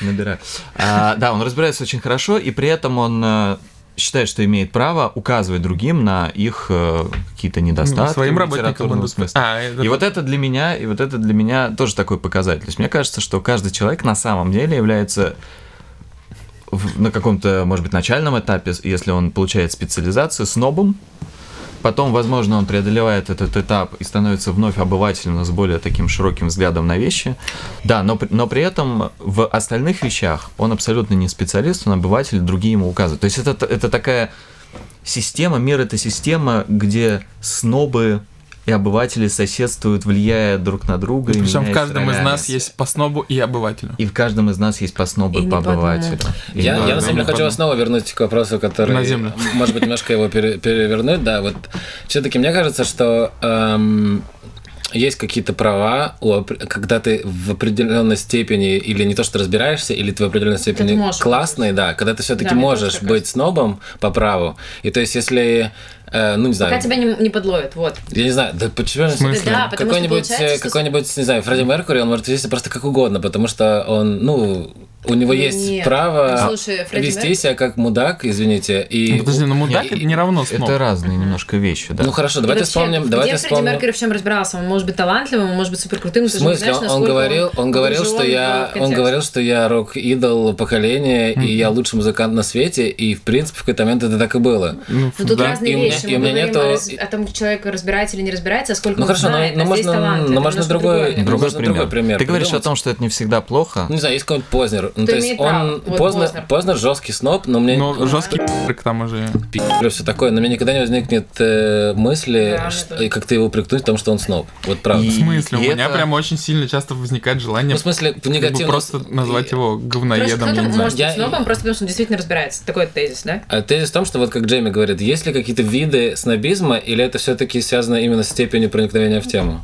D: Набираю. А, да, он разбирается очень хорошо, и при этом он э, считает, что имеет право указывать другим на их э, какие-то недостатки.
B: Ну, Своим
D: в
B: работникам
D: литературном
B: он
D: смысле.
B: А,
D: И
B: это-
D: вот это для меня, и вот это для меня тоже такой показатель. То есть мне кажется, что каждый человек на самом деле является в- на каком-то, может быть, начальном этапе, если он получает специализацию, снобом. Потом, возможно, он преодолевает этот этап и становится вновь обывателем, но с более таким широким взглядом на вещи. Да, но, при- но при этом в остальных вещах он абсолютно не специалист, он обыватель, другие ему указывают. То есть это, т- это такая система, мир это система, где снобы и обыватели соседствуют, влияя друг на друга. и
B: Причем Ну, в
D: меняясь
B: каждом из
D: ролями.
B: нас есть по снобу и обывателю.
D: И в каждом из нас есть по снобу
A: И
D: и
A: не
D: по
A: по одному.
D: обывателю. И
C: Я, я
D: не по
C: на самом деле
D: одному.
C: хочу вас снова вернуть к вопросу, который...
B: На землю.
C: Может быть, немножко его пере- перевернуть, да. Вот все-таки мне кажется, что эм, есть какие-то права, у опре- когда ты в определенной степени, или не то, что разбираешься, или ты в определенной степени
A: можешь.
C: классный, да, когда ты все-таки
A: Да, мне тоже
C: можешь
A: так
C: быть снобом по праву. И то есть, если... э, ну, не знаю.
A: Пока тебя не, не подловят, вот.
C: Я не знаю, да почему же-
B: смысле?
A: Да, потому что
C: какой-нибудь,
A: получается,
C: э,
A: что-
C: какой-нибудь, не знаю, Фредди Меркури, он может вести просто как угодно, потому что он, ну, у него есть
A: Нет.
C: право
A: Слушай, Фредди
C: А, вести
A: Меркьюри-
C: себя как мудак, извините. И...
B: Ну, Подожди, ну мудак
C: и-
B: это не равно сноп.
D: Это разные немножко вещи, да.
C: Ну хорошо, давайте
A: И вообще,
C: вспомним,
A: Где
C: давайте
A: Фредди
C: вспомним.
A: Меркьюри в чем разбирался? Он может быть талантливым, он может быть суперкрутым, но
C: В
A: ты же не
C: смысле,
A: знаешь,
C: он, он
A: насколько
C: говорил, он говорил, что
A: погружен
C: я,
A: в
C: он
A: контекст.
C: говорил, что я рок-идол поколения и я лучший музыкант на свете, и в принципе в какой-то момент это так и было.
B: Ну,
A: Ну, тут
B: да.
A: разные
C: И у меня-
A: вещи.
C: и у
A: Мы
C: меня
A: говорим
C: нету-
A: о, раз- о том, человек разбирается или не разбирается, а сколько
C: Ну
A: он
C: хорошо, но-
A: знает,
C: но
A: а здесь
C: можно-
A: талант.
C: но
A: это
C: можно
A: немножко
C: другое.
A: другое.
C: Друг-
D: Другой
C: можно
D: пример.
C: другой пример
D: Ты говоришь о
C: придумать.
D: том, что это не всегда плохо.
C: Ну, не знаю, есть какой-нибудь Познер. Ну,
A: Кто
C: то есть
A: имеет право?
C: он
A: Вот
C: Познер,
A: Познер.
C: Познер жесткий сноб, но мне
B: Но Ну, жесткий пи***р к тому же.
C: все такое, но мне никогда не возникнет э, мысли,
A: Да,
C: что-
A: это-
C: и как-то его прикнуть, потому что он сноб. Вот правда.
B: В
D: И-
B: смысле, у
D: и
B: меня
D: это-
B: прям очень сильно часто возникает
C: Ну,
B: желание
C: в смысле, в
B: как бы
C: негативном...
B: просто назвать его
D: А
A: Короче,
B: говноедом, я
A: кто-то
B: не знаю.
A: может быть
C: Я-
A: снобом просто потому, что он действительно разбирается. Такой тезис, да?
C: А тезис в том, что вот как Джейми говорит, есть ли какие-то виды снобизма, или это все-таки связано именно с степенью проникновения в тему?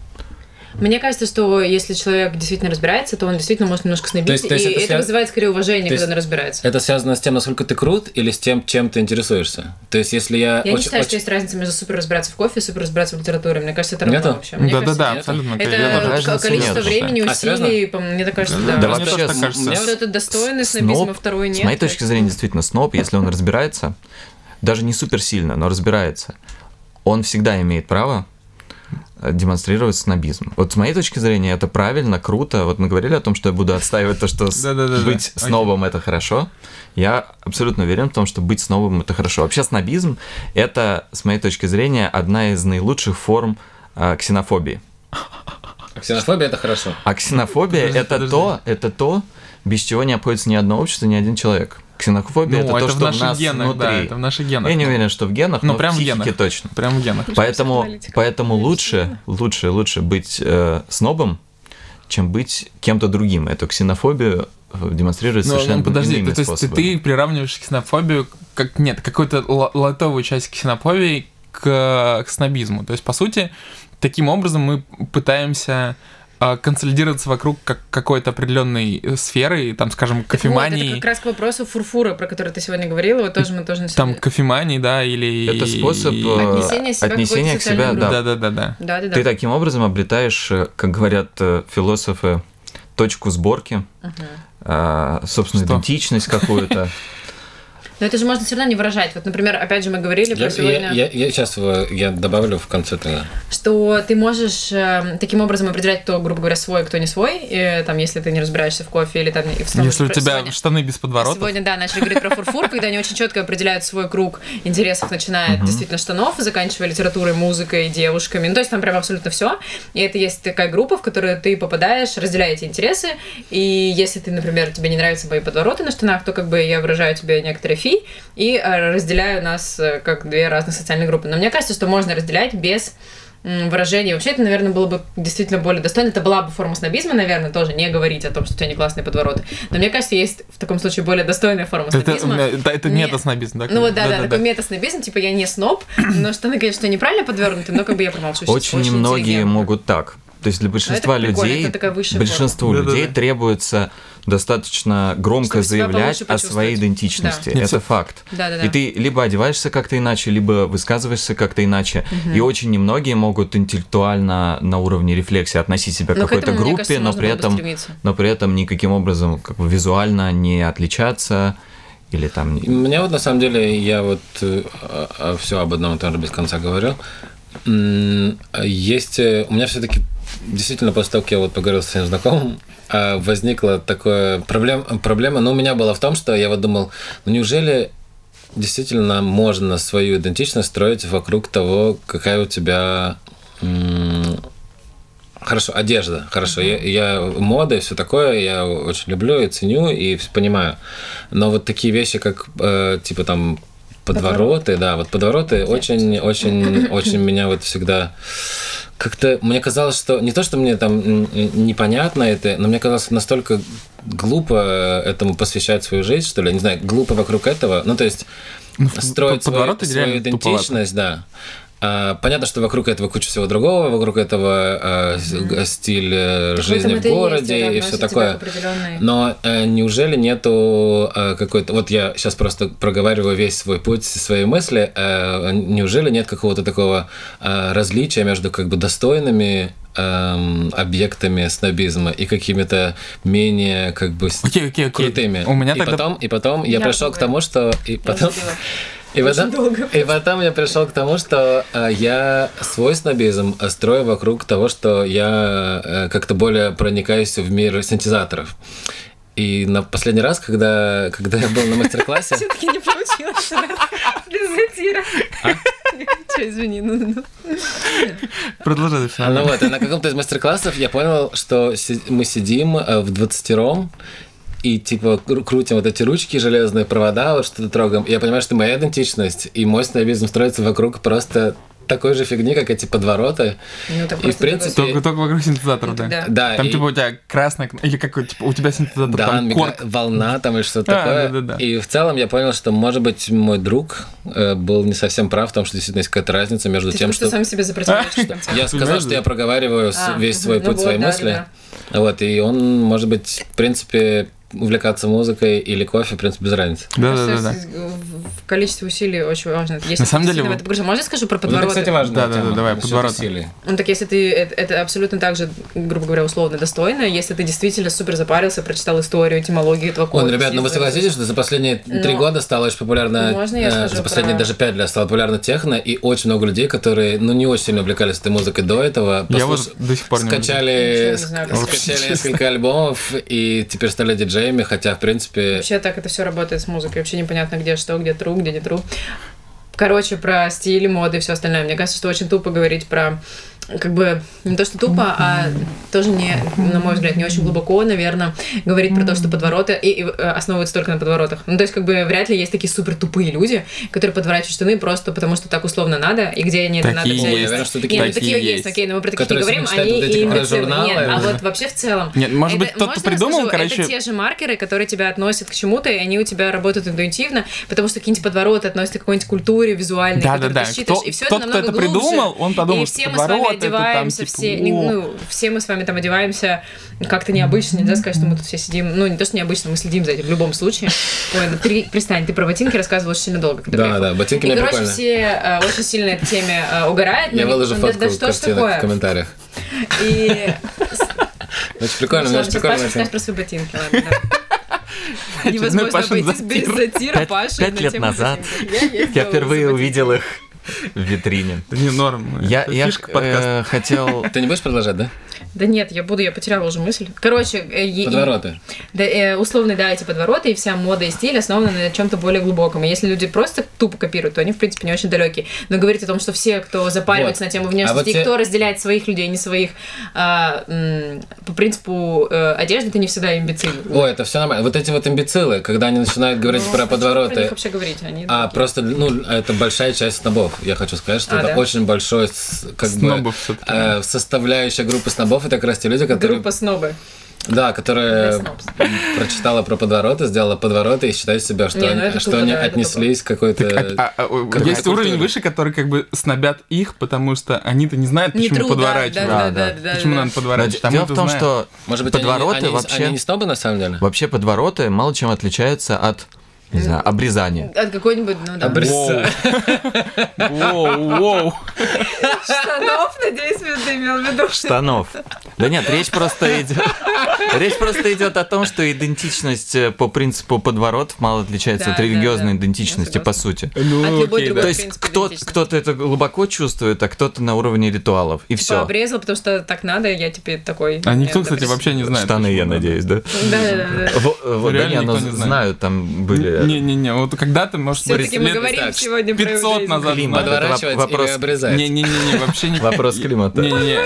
A: Мне кажется, что если человек действительно разбирается, то он действительно может немножко снобить,
C: То есть- то есть
A: и
C: это
A: это,
C: свя-
A: вызывает скорее уважение,
C: То есть-
A: когда он разбирается.
C: Это связано с тем, насколько ты крут, или с тем, чем ты интересуешься? То есть, если я...
A: Я не
C: очень-
A: считаю, что
C: очень-
A: есть разница между супер разбираться в кофе и супер разбираться в литературе. Мне кажется, это
C: Нету?
A: равно вообще. Мне кажется,
B: Да-да-да,
C: нет.
B: абсолютно. я
A: Это
B: тоже-
D: разницы
A: ко- количество
D: нет,
A: времени,
C: слушай. А,
A: усилий, по- мне так кажется, да.
B: Да
A: Что
B: мне тоже так
D: м-
B: кажется.
C: мне-
A: это достойный снобизм,
D: Сноб,
A: а второй нет.
D: с моей точки зрения, действительно, сноб, если он разбирается, даже не супер сильно, но разбирается, он всегда имеет право э, демонстрировать снобизм. Вот с моей точки зрения это правильно, круто. Вот мы говорили о том, что я буду отстаивать то, что с-
B: Да-да-да-да.
D: быть
B: Окей.
D: снобом это хорошо. Я абсолютно уверен в том, что быть снобом это хорошо. Вообще снобизм это, с моей точки зрения, одна из наилучших форм э, ксенофобии.
C: Ксенофобия – это хорошо.
D: А ксенофобия
B: Подожди,
D: это
B: подожди.
D: то, это то, без чего не обходится ни одно общество, ни один человек.
B: Ну,
D: Ксенофобия это, то,
B: это в
D: что в
B: наших
D: нас
B: генах,
D: внутри.
B: да, это в наших генах.
D: Я не уверен, что в генах,
B: Ну,
D: но
B: прям
D: в
B: в
D: психике
B: генах.
D: точно.
B: Прям в генах.
D: Поэтому,
A: психоаналитика.
D: поэтому лучше, лучше, лучше быть э, снобом, чем быть кем-то другим. Эту ксенофобию э, демонстрирует
B: Ну,
D: совершенно
B: ну, подожди,
D: иными
B: то, есть ты,
D: способами.
B: ты приравниваешь ксенофобию, как нет, какую-то ло- лотовую часть ксенофобии к, к снобизму. То есть, по сути, таким образом мы пытаемся а, консолидироваться вокруг как, какой-то определенной сферы, там, скажем,
A: кофемании... это
B: кофемании,
A: как раз к вопросу фурфура, про который ты сегодня говорила, вот тоже мы тоже начали.
B: там, кофемании, да, или...
D: Это способ э,
A: Отнесение себя к
D: отнесения
A: какой-то
D: к себе,
A: социальной
D: да.
B: Да, да, да, да.
A: Да, да, да.
D: Ты таким образом обретаешь, э, как говорят э, философы, точку сборки, э, собственную
B: Что?
D: идентичность какую-то.
A: Но это же можно все равно не выражать. Вот, например, опять же, мы говорили
C: Я,
A: про сегодня,
C: сейчас я добавлю в конце тогда.
A: что ты можешь э, таким образом определять, кто, грубо говоря, свой, кто не свой, э, там, если ты не разбираешься в кофе или там... И в снобизме.
B: Если у
A: Про-
B: тебя
A: сегодня-
B: штаны без подворотов,
A: Сегодня, да, начали говорить про фурфур, когда они очень четко определяют свой круг интересов, начиная от действительно штанов, заканчивая литературой, музыкой, девушками. Ну, то есть там прям абсолютно все. И это есть такая группа, в которую ты попадаешь, разделяете интересы. И если ты, например, тебе не нравятся мои подвороты на штанах, то как бы я выражаю тебе некоторые фи и э, разделяю нас э, как две разных социальные группы. Но мне кажется, что можно разделять без м, выражение. Вообще, это, наверное, было бы действительно более достойно. Это была бы форма снобизма, наверное, тоже не говорить о том, что у тебя не классные подвороты. Но мне кажется, есть в таком случае более достойная форма
B: это,
A: снобизма.
B: это, это не
A: Не-
B: это снобизм, да?
A: Ну вот, да, да, такой
B: да.
A: мета-снобизм, типа я не сноб, но штаны, конечно, неправильно подвернуты, но как бы я промолчу. сейчас.
D: Очень немногие
A: интеллигентно.
D: могут так. То есть для большинства
A: прикольно,
D: людей,
A: это такая высшая
D: большинству
B: форма.
D: людей
B: Да-да-да.
D: требуется достаточно громко
A: Чтобы себя
D: заявлять
A: получше
D: о своей
A: почувствовать.
B: Да.
D: идентичности.
B: Нет,
D: Это
B: всё-
D: факт.
A: Да-да-да.
D: И ты либо одеваешься как-то иначе, либо высказываешься как-то иначе. И очень немногие могут интеллектуально на уровне рефлексии относить себя к
A: Но к
D: какой-то
A: этому, мне
D: группе,
A: кажется,
D: но
A: нужно
D: при
A: было бы
D: этом
A: стремиться.
D: но при этом никаким образом как бы, визуально не отличаться или там не-
C: Мне вот на самом деле, я вот э, все об одном и том же без конца говорю. М, Есть, э, у меня все-таки действительно после того, как я вот поговорил со своим знакомым, э, возникла такая проблема, проблема, но у меня была в том, что я вот думал, ну неужели действительно можно свою идентичность строить вокруг того, какая у тебя м, Хорошо, одежда, хорошо. Я, я мода и все такое, я очень люблю и ценю и всё понимаю. Но вот такие вещи, как э, типа там подвороты, да, вот подвороты очень, очень, очень меня вот всегда как-то мне казалось, что не то, что мне там м, м, непонятно это, но мне казалось настолько глупо э, этому посвящать свою жизнь, что ли, не знаю, глупо вокруг этого. Ну то есть строить свою-
B: подвороты
C: свою,
B: реально туповато.
C: идентичность, да. А, понятно, что вокруг этого куча всего другого, вокруг этого а, с- г- стиль э,
A: Так в
C: жизни
A: этом
C: в
A: это и есть, типа, это
C: городе и
A: относит
C: все
A: тебя
C: такое.
A: к определенной-
C: Но э, неужели нету э, какой-то... Вот я сейчас просто проговариваю весь свой путь, свои мысли. э, неужели нет какого-то такого э, различия между как бы достойными эм, объектами снобизма и какими-то менее как бы с-
B: Окей, окей, окей.
C: крутыми.
B: У меня
C: и
B: тогда-
C: потом, и потом я
A: Я
C: пришел к
A: думаю.
C: тому, что и потом
A: сидела
C: и потом,
A: очень долго.
C: и потом я пришел к тому, что э, я свой снобизм э, строю вокруг того, что я э, как-то более проникаюсь в мир синтезаторов. И на последний раз, когда, когда я был на мастер-классе,
A: Все-таки не получилось. Без затира.
C: А?
A: Че, извини. ну, ну.
B: Продолжай,
A: А,
B: Александр.
C: Ну вот, и на каком-то из мастер-классов я понял, что си- мы сидим э, в двадцатером и типа кру- крутим вот эти ручки, железные провода, вот что-то трогаем. И я понимаю, что моя идентичность и мой снобизм строится вокруг просто такой же фигни, как эти подвороты.
A: Ну, так
C: И, в
A: просто
C: принципе,
B: Только, только вокруг синтезатора,
A: Ну,
B: да.
A: да.
C: Да,
B: Там
C: и-
B: типа у тебя красная, кн- или как типа, у тебя синтезатор,
C: да,
B: там
C: мигра-
B: корк.
C: волна там и что-то
B: А,
C: такое.
B: да-да-да.
C: И в целом я понял, что, может быть, мой друг э, был не совсем прав в том, что действительно есть какая-то разница между
A: Ты
C: тем,
A: просто
C: что...
A: сам себе запротивляешь. в конце.
C: Я сказал,
B: Понимаешь,
C: что
B: да?
C: я проговариваю с-
A: А,
C: весь
A: мгм.
C: свой
A: Ну
C: путь,
A: вот,
C: свои
A: да,
C: мысли. Вот, и он, может быть, в принципе, увлекаться музыкой или кофе, в принципе, без разницы.
B: Да, да, да,
A: Просто
B: да.
A: с- в- в количестве усилий очень важно. Если
B: На самом
A: ты сильно в
B: деле вот-
A: Ну, это погружен- Можно я скажу про
C: Вот это,
A: подвороты?
C: Ну, кстати, важная
B: Да-да-да,
C: тема
B: давай,
C: насчет
B: подвороты.
C: усилий.
A: Ну так если ты это, это абсолютно так же, грубо говоря, условно достойно, если ты действительно супер запарился, прочитал историю, этимологию этого
C: Он,
A: кода.
C: ребят, ну вы
A: съездил.
C: согласитесь, что за последние три
A: Но-
C: года стало очень популярно,
A: Ну,
C: э,
A: Можно я скажу
C: за последние
A: про-
C: даже пять лет стало популярно техно, и очень много людей, которые, ну, не очень сильно увлекались этой музыкой до этого,
B: Я
C: послуш-
B: вот до сих пор не
A: Ничего
C: скачали,
A: не
C: ск-
A: знаю,
C: скачали
B: честно.
C: несколько альбомов и теперь стали диджеями, хотя, в принципе,
A: Вообще так это все работает с музыкой. Вообще непонятно, где что, где тру, где не тру. Короче, про стиль, моды и все остальное. Мне кажется, что очень тупо говорить про как бы не то, что тупо, а тоже не, на мой взгляд, не очень глубоко, наверное, говорить про то, что подвороты и, и, э, основываются только на подворотах. Ну, то есть, как бы вряд ли есть такие супер тупые люди, которые подворачивают штаны просто потому, что так условно надо, и где они это надо
B: Такие
A: взять.
B: есть.
C: я уверен, что
A: Нет,
C: такие
A: ну, такие
B: Такие
A: есть,
B: есть.
A: окей, но мы про таких не
C: Которые
A: говорим,
C: читают
A: они
C: вот эти
A: имитируют.
C: журналы,
A: Нет, а
C: да.
A: вот вообще в целом.
B: Нет, может
A: Это-
B: быть, тот, кто
A: можно я
B: придумал,
A: скажу?
B: короче...
A: Это те же маркеры, которые тебя относят к чему-то, и они у тебя работают интуитивно, потому что какие-нь подвороты относятся к какой-нибудь культуре визуальной,
B: Да, да,
A: которую
B: да.
A: ты считываешь,
B: Кто,
A: и все
B: тот,
A: это
B: кто
A: намного
B: это
A: глубже.
B: придумал, он подумал,
A: и
B: что
A: все мы с вами
B: подворот это там
A: одеваемся,
B: типа.
A: все, не-
B: о.
A: ну, все мы с вами там одеваемся как-то необычно, нельзя сказать, что мы тут все сидим, ну, не то, что необычно, мы следим за этим в любом случае. Ой, ну, при- перестань, ты про ботинки рассказывал очень сильно долго. когда
C: да,
A: приехал.
C: да, ботинки у
A: И,
C: меня
A: короче,
C: прикольные.
A: все э, очень сильно этой теме э, угорают. но
C: Я
A: не-
C: выложу
A: ну,
C: фотку
A: да, да что ж
C: картинок в
A: такое?
C: комментариях.
A: И...
C: Очень
A: Ну,
C: прикольно, у меня
A: ладно,
C: очень
A: сейчас Паша
C: прикольная тема.
A: расскажет про свои ботинки, ладно, да.
D: Типа,
B: Очередной
A: Невозможно
B: Пашин
A: обойтись без
B: затир.
A: затира
D: Пять-
A: Паши
D: пять
A: на
D: лет
A: тему
D: назад
A: ботинок. Я ездила
D: Я впервые
A: за
D: увидел их в витрине.
B: Да не норм.
D: Я,
B: это
D: я
B: фишка подкаста.
D: э, хотел...
C: Ты не будешь продолжать, да?
A: ботинками. Да нет, я буду, я потеряла уже мысль. Короче, э, е-
C: Подвороты.
A: да, э, условно, да, эти подвороты и вся мода и стиль основаны на чем-то более глубоком. И если люди просто тупо копируют, то они, в принципе, не очень далекие. Но говорить о том, что все, кто запаривается
C: Вот.
A: на тему
C: А вот
A: внешности, и
C: те-
A: кто разделяет своих людей, не своих, а, м, по принципу э, одежды, ты не всегда имбецил.
C: Ой, это все нормально. Вот эти вот имбецилы, когда они начинают говорить
A: Ну,
C: про
A: зачем Про них
C: подвороты,
A: вообще говорить, они...
C: а просто, ну, это большая часть снобов. Я хочу сказать, что
A: А,
C: это
A: да.
C: очень большой, с- как бы,
B: Снобов всё-таки.
C: э, составляющая группы снобов. Это как раз те люди, которые,
A: Группа снобы.
C: да,
A: Да,
C: которые
A: снобс.
C: прочитала про подвороты, сделала подвороты и считают себя, что
A: Не, ну
C: они,
A: это
C: что
A: тупо,
C: они
A: да, это
C: отнеслись к какой-то...
B: Так, а- а- а,
C: какая
B: есть
C: культура?
B: уровень выше, который как бы снобят их, потому что они-то не знают,
A: Не
B: почему
A: тру, да,
B: подворачивают.
A: да, да,
D: Да,
A: да,
D: да.
A: да,
B: Почему
A: да.
B: надо
D: Но
B: подворачивать? а
D: д- Дело в том, что
C: Может быть, они-
D: подвороты
C: они,
D: вообще...
C: Они не снобы, на самом деле?
D: Вообще подвороты мало чем отличаются от, не знаю, обрезания.
A: От какой-нибудь, ну да.
C: Обрез-
B: Воу, воу.
A: Штанов, надеюсь, ты имел в виду.
D: штанов. Да нет, речь просто идет. Речь просто идет о том, что идентичность э, по принципу подворотов мало отличается
A: Да,
D: от
A: да,
D: религиозной
A: да.
D: идентичности,
A: Я
D: по сути.
A: От
B: Ну,
A: любой другой.
B: окей, да.
D: То
A: в
D: есть
A: принципе,
D: кто-
A: идентичность.
D: кто-то это глубоко чувствует, а кто-то на уровне ритуалов. И
A: Типа
D: все.
A: обрезал, потому что так надо, я теперь такой.
B: А никто,
A: я
B: кстати,
A: обрез-
B: вообще не знает.
D: Штаны,
B: почему
D: я
B: надо.
D: надеюсь, да?
A: Да, да, да, да.
D: Во- э, вот, Да
B: реально
D: не,
B: никто
D: но
B: не знает.
D: знаю, там были... э,
B: Не-не-не, вот когда-то, может,
A: Все-таки мы
B: лет
A: говорим
C: так,
A: сегодня про
B: 500
A: иудаизм.
B: назад.
D: Климат.
B: надо.
D: Это
C: Подворачивать
D: воп- вопрос-
C: или обрезать?
B: Не-не-не, вообще не
D: Вопрос климата.
B: Не-не-не.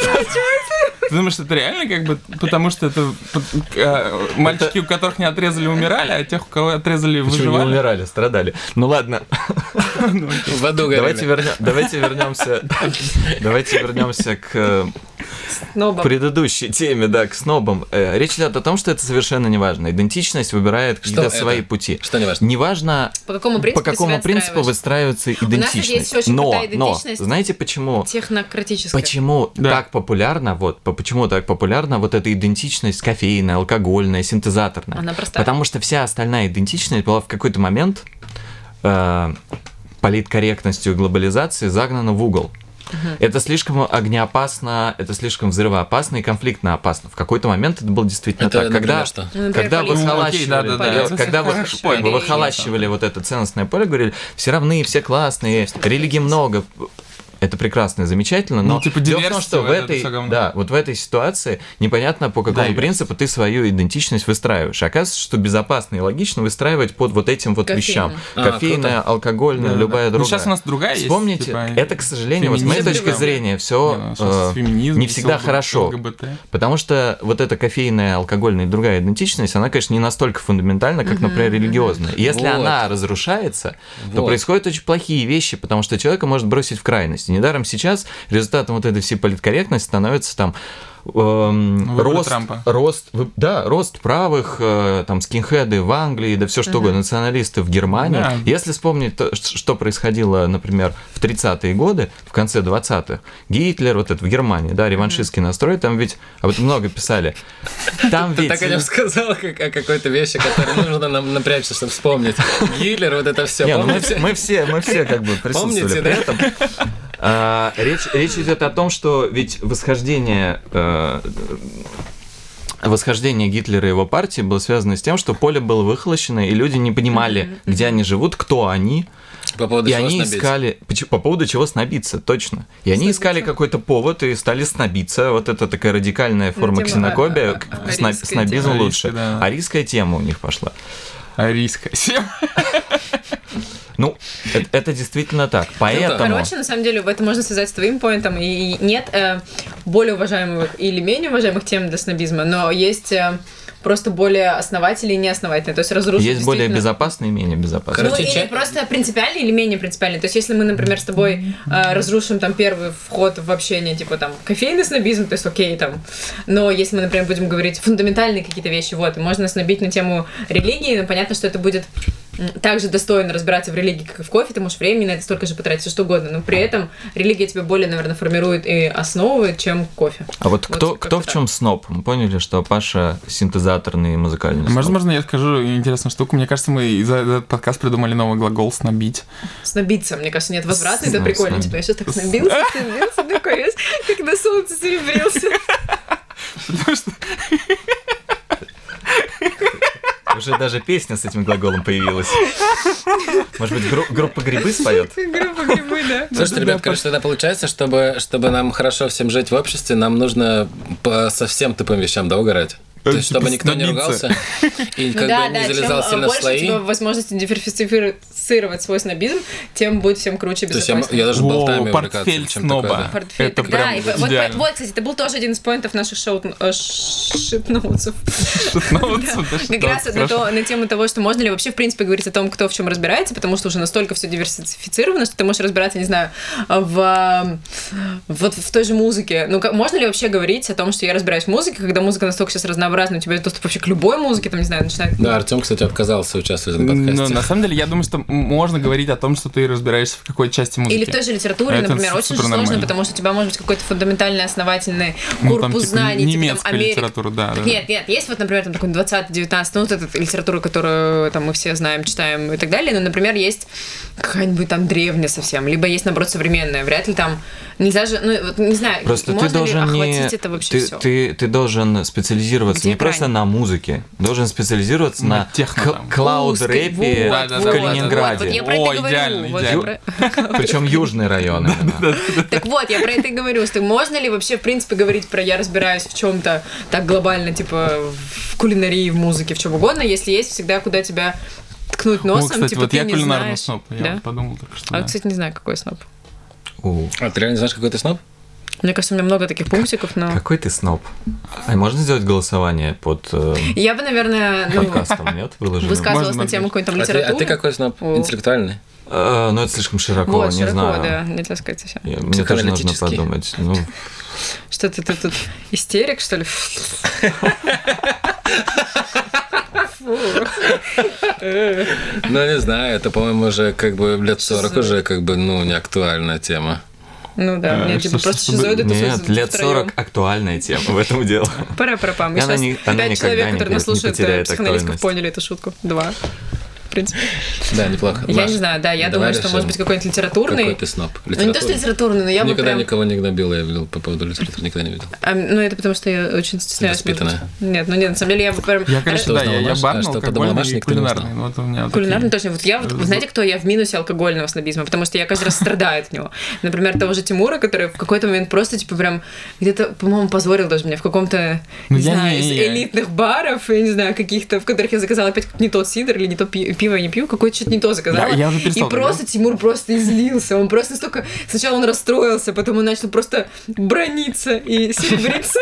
B: Ты думаешь, это реально как бы, потому что это под- э, мальчики, у которых не отрезали, умирали, а тех, у кого отрезали,
D: Почему не
B: выживали?
D: умирали, страдали. Ну ладно,
C: В аду горели.
D: давайте, вернем, давайте вернемся, давайте вернемся к э,
A: Сноба.
D: предыдущей теме, да, к снобам. Э, Речь идет о том, что это совершенно неважно. Идентичность выбирает какие-то
C: это?
D: свои пути.
C: Что не важно.
D: Неважно,
A: По какому принципу
D: по какому
A: себя
D: принципу
A: отстраиваешь?
D: выстраивается
A: нас есть
D: идентичность.
A: очень
D: но,
A: крутая
D: но,
A: идентичность.
D: знаете почему?
A: Технократическое.
D: Почему
B: Да.
D: так популярна, вот, по- почему так популярна вот эта идентичность кофейная, алкогольная, синтезаторная?
A: Она простая.
D: Потому что вся остальная идентичность была в какой-то момент э, политкорректностью и глобализацией загнана в угол. Это слишком огнеопасно, это слишком взрывоопасно и конфликтно опасно. В какой-то момент это было действительно
C: Это,
D: так.
C: например,
D: Когда,
C: что?
A: Ну, например,
D: когда вы
A: полиция.
B: Ну, окей,
D: выхолащивали,
B: да-да-да, это
D: да, когда вы,
B: хороший
D: вы
B: point.
D: выхолащивали вот это ценностное поле, говорили, все равны, все классные, религии много, это прекрасно и замечательно, но
B: Ну, типа,
D: дело в том, что в
B: диверсия, это
D: этой,
B: всё говно.
D: да, вот в этой ситуации непонятно по какому
B: Дайверс.
D: принципу ты свою идентичность выстраиваешь. Оказывается, что безопасно и логично выстраивать под вот этим вот
A: Кофейная.
D: вещам.
C: А,
D: Кофейная, алкогольная, любая
B: Ну,
D: другая.
B: сейчас у нас другая есть,
D: Вспомните,
B: типа,
D: это, к сожалению, вот с моей
B: феминизм.
D: точки зрения, все
B: Не, ну, сейчас феминизм,
D: э, не всегда
B: всё
D: хорошо.
B: ЛГБТ.
D: Потому что вот эта кофейная, алкогольная и другая идентичность, она, конечно, не настолько фундаментальна, как, например, религиозная. И Если
C: Вот.
D: она разрушается, то
C: Вот.
D: происходят очень плохие вещи, потому что человека может бросить в крайность. И Недаром сейчас результатом вот этой всей политкорректности становится там эм,
B: Выборы
D: рост,
B: Трампа.
D: рост, вы- да, рост правых, э, там скинхеды в Англии, да все что угодно, националисты в Германии.
B: Да.
D: Если вспомнить, то, ш- что происходило, например, в 30-е годы, в конце 20-х, Гитлер, вот это в Германии, да, реваншистский настрой, там ведь, об этом много писали, там
C: Ты
D: ведь...
C: так о нем сказал, как о какой-то вещи, которую нужно нам напрячься, чтобы вспомнить. Гитлер, вот это все.
D: Не, ну мы, все, мы все, мы все как бы присутствовали
C: Помните,
D: при
C: да?
D: этом. А, речь, речь идет о том, что ведь восхождение э, восхождение Гитлера и его партии было связано с тем, что поле было выхолощено, и люди не понимали, где они живут, кто они,
C: По поводу
D: и
C: чего
D: они
C: снобить?
D: искали поч- по поводу чего снобиться, точно. И они искали какой-то повод и стали снобиться. Вот это такая радикальная форма
A: тема,
D: ксенофобия,
A: а,
D: к-
A: а,
D: к сно-
A: арийская
D: снобизм
B: тема.
D: лучше.
B: Арийская, да.
D: Арийская тема у них пошла.
B: Арийская тема.
D: Ну, это, это действительно так. Поэтому.
A: Ну, Короче, на самом деле, это можно связать с твоим поинтом. И нет э, более уважаемых или менее уважаемых тем для снобизма, но есть э, просто более основательные и неосновательные. То есть разрушить
D: Есть более
A: действительно-
D: безопасные и менее безопасные.
A: Ну,
C: Короче,
A: или
C: чай-
A: просто принципиальный или менее принципиальный. То есть, если мы, например, с тобой э, разрушим там первый вход в общение, типа там кофейный снобизм, то есть окей там. Но если мы, например, будем говорить фундаментальные какие-то вещи, вот, и можно снобить на тему религии, но понятно, что это будет м, также достойно разбираться в религии, как и в кофе, ты можешь времени на это столько же потратить, все что угодно, но при этом религия тебя более, наверное, формирует и основывает, чем кофе.
D: А вот
A: Вот
D: кто,
A: как-то
D: кто в
A: так.
D: чем сноб? Мы поняли, что Паша синтезаторный и музыкальный.
B: А Можно,
D: сноб.
B: можно я скажу интересную штуку? Мне кажется, мы за этот подкаст придумали новый глагол «снобить».
A: Снобиться, мне кажется, нет возврата, это
D: Сноб-
A: прикольно.
D: сноб-
A: Типа, я сейчас так снобился, снобился, такой, весь, как на солнце серебрился.
D: Уже даже песня с этим глаголом появилась. Может быть, гру- группа грибы споет?
A: Группа грибы, да.
C: Слушайте, ребят, короче, тогда получается, чтобы, чтобы нам хорошо всем жить в обществе, нам нужно по совсем тупым вещам, да, угорать? То есть,
B: Типа
C: чтобы никто не
B: снобиться.
C: ругался и
A: Ну
C: как бы не залезал
A: чем э,
C: сильно
A: больше
C: в
A: у
C: слои.
A: тебя возможности диверсифицировать свой снобизм, тем будет всем круче и
C: То есть я, м-
A: безопаснее.
C: я даже
B: Воу,
C: болтами
B: портфель
C: увлекаться, чем
B: сноба.
C: такое. да.
A: Портфель.
B: Это
A: Так, да,
B: прям
A: и вот- вот,
B: идеально.
A: вот, кстати, это был тоже один из поинтов наших шоу э, шипноутсов.
B: Ну, вот сюда,
A: Как
B: сюда,
A: раз
B: вот
A: на,
B: хорошо.
A: то- на тему того, что можно ли вообще, в принципе, говорить о том, кто в чем разбирается, потому что уже настолько все диверсифицировано, что ты можешь разбираться, не знаю, в, э, вот в той же музыке. Ну, как, можно ли вообще говорить о том, что я разбираюсь в музыке, когда музыка настолько сейчас разнообразна, у тебя есть доступ вообще к любой музыке, там, не знаю, начинает...
C: Да, Артем, кстати, отказался участвовать в этом
B: Ну,
C: подкасте.
B: на самом деле, я думаю, что можно говорить о том, что ты разбираешься в какой части музыки. А
A: Или в той же литературе,
B: Это
A: например,
B: супер
A: очень же сложно,
B: нормально.
A: потому что у тебя может быть какой-то фундаментальный, основательный
B: Ну,
A: корпус
B: там, типа,
A: знаний, типа, там,
B: немецкая
A: Америка.
B: литература, да.
A: Так
B: да.
A: нет, нет, есть вот, например, там такой 20-19, ну, вот эта литература, которую там мы все знаем, читаем и так далее, но, например, есть какая-нибудь там древняя совсем, либо есть, наоборот, современная, вряд ли там, нельзя же, ну, вот не знаю,
D: Просто
A: можно
D: ты должен
A: ли
D: не...
A: охватить это вообще
D: ты,
A: все?
D: ты, ты должен специализироваться
A: Где
D: не просто
A: грань?
D: на музыке, должен специализироваться
B: На
D: на,
B: техно
D: к-
B: там.
D: клауд-рэпе
B: Да, да,
D: в
B: да.
D: Калининграде.
A: Вот, я про это
B: О,
A: и говорю.
B: идеально,
A: вот я
B: идеально.
A: про-
D: Причем южный район. именно.
A: Так вот, я про это и говорю, что можно ли вообще, в принципе, говорить про «я разбираюсь в чем-то так глобально, типа в кулинарии, в музыке, в чем угодно, если есть всегда куда тебя ткнуть
B: О,
A: носом,
B: Ну, кстати,
A: типа
B: вот
A: ты
B: я
A: не
B: кулинарный
A: знаешь.
B: сноб. Я
A: да?
B: вот подумал только что.
A: А,
B: да.
A: кстати, не знаю, какой сноб.
D: У,
C: А ты реально знаешь, какой ты сноб? А
A: Мне кажется, у меня много таких пунктиков, но...
D: Какой ты сноб. А можно сделать голосование под э,
A: Я бы, наверное, ну,
D: подкастом, нет? Выложено?
A: высказывалась
B: Можно
A: на тему какой-нибудь там
C: А ты,
A: литературы.
C: а ты какой сноб?
A: О.
C: Интеллектуальный?
D: Э, ну, это слишком широко,
A: Вот,
D: не
A: широко,
D: знаю.
A: да, нельзя сказать вообще.
D: Я- Мне тоже нужно
C: Психоаналитический.
D: подумать. Ну,
A: Что ты, ты тут истерик, что ли? Фу.
C: Ну, не знаю, это, по-моему, уже как бы лет 40
A: за-
C: уже как бы, ну, не актуальная тема.
A: Ну да,
B: Э,
A: мне
B: что-
A: типа
B: что-
A: просто
B: чтобы-
A: шизоиды
D: нет,
A: тусуются
D: лет
A: втроём.
D: 40 актуальная тема в этом дело.
A: пара пара пам
D: И она ни- она
A: пять
D: никогда
A: человек,
D: не
A: которые нас
D: пере- не
A: слушают, э,
D: потеряет
A: психоаналитиков,
D: актуальность.
A: поняли эту шутку. Два. принципе.
C: Да, неплохо.
A: Я
C: Маш,
A: не знаю, да, я
C: давай
A: думаю, что
C: решим,
A: может быть какой-нибудь литературный.
C: Какой ты сноп?
A: Ну, не то, что
C: Литературный.
A: литературный, но я бы
C: Никогда
A: прям...
C: никого не гнобил, я видел по поводу литературы, никогда не видел.
A: А, ну, это потому что я очень стесняюсь. может быть.
C: Воспитанная.
A: Нет, ну нет, на самом деле я бы прям...
B: Я, конечно,
C: Что
B: да,
C: узнала
B: я, я
C: Маша?
B: барный,
C: Что, подумала
B: алкогольный
C: Маша,
B: и
C: никто не узнал.
B: кулинарный. Вот у меня вот
A: Кулинарный
B: такие.
A: точно. Вот я вот,
B: Э,
A: знаете, кто я в минусе алкогольного снобизма, потому что я каждый раз страдаю от него. Например, того же Тимура, который в какой-то момент просто, типа, прям где-то, по-моему, позорил даже меня в каком-то,
B: Ну,
A: не
B: я
A: знаю,
B: не-
A: из
B: я-
A: элитных баров, я не знаю, каких-то, в которых я заказала опять не тот сидр или не то пи- пиво я не пью, какое-то что-то не то заказала.
B: Да, я уже перестал
A: И
B: так
A: просто Тимур просто излился, он просто столько... Сначала он расстроился, потом он начал просто брониться и серебриться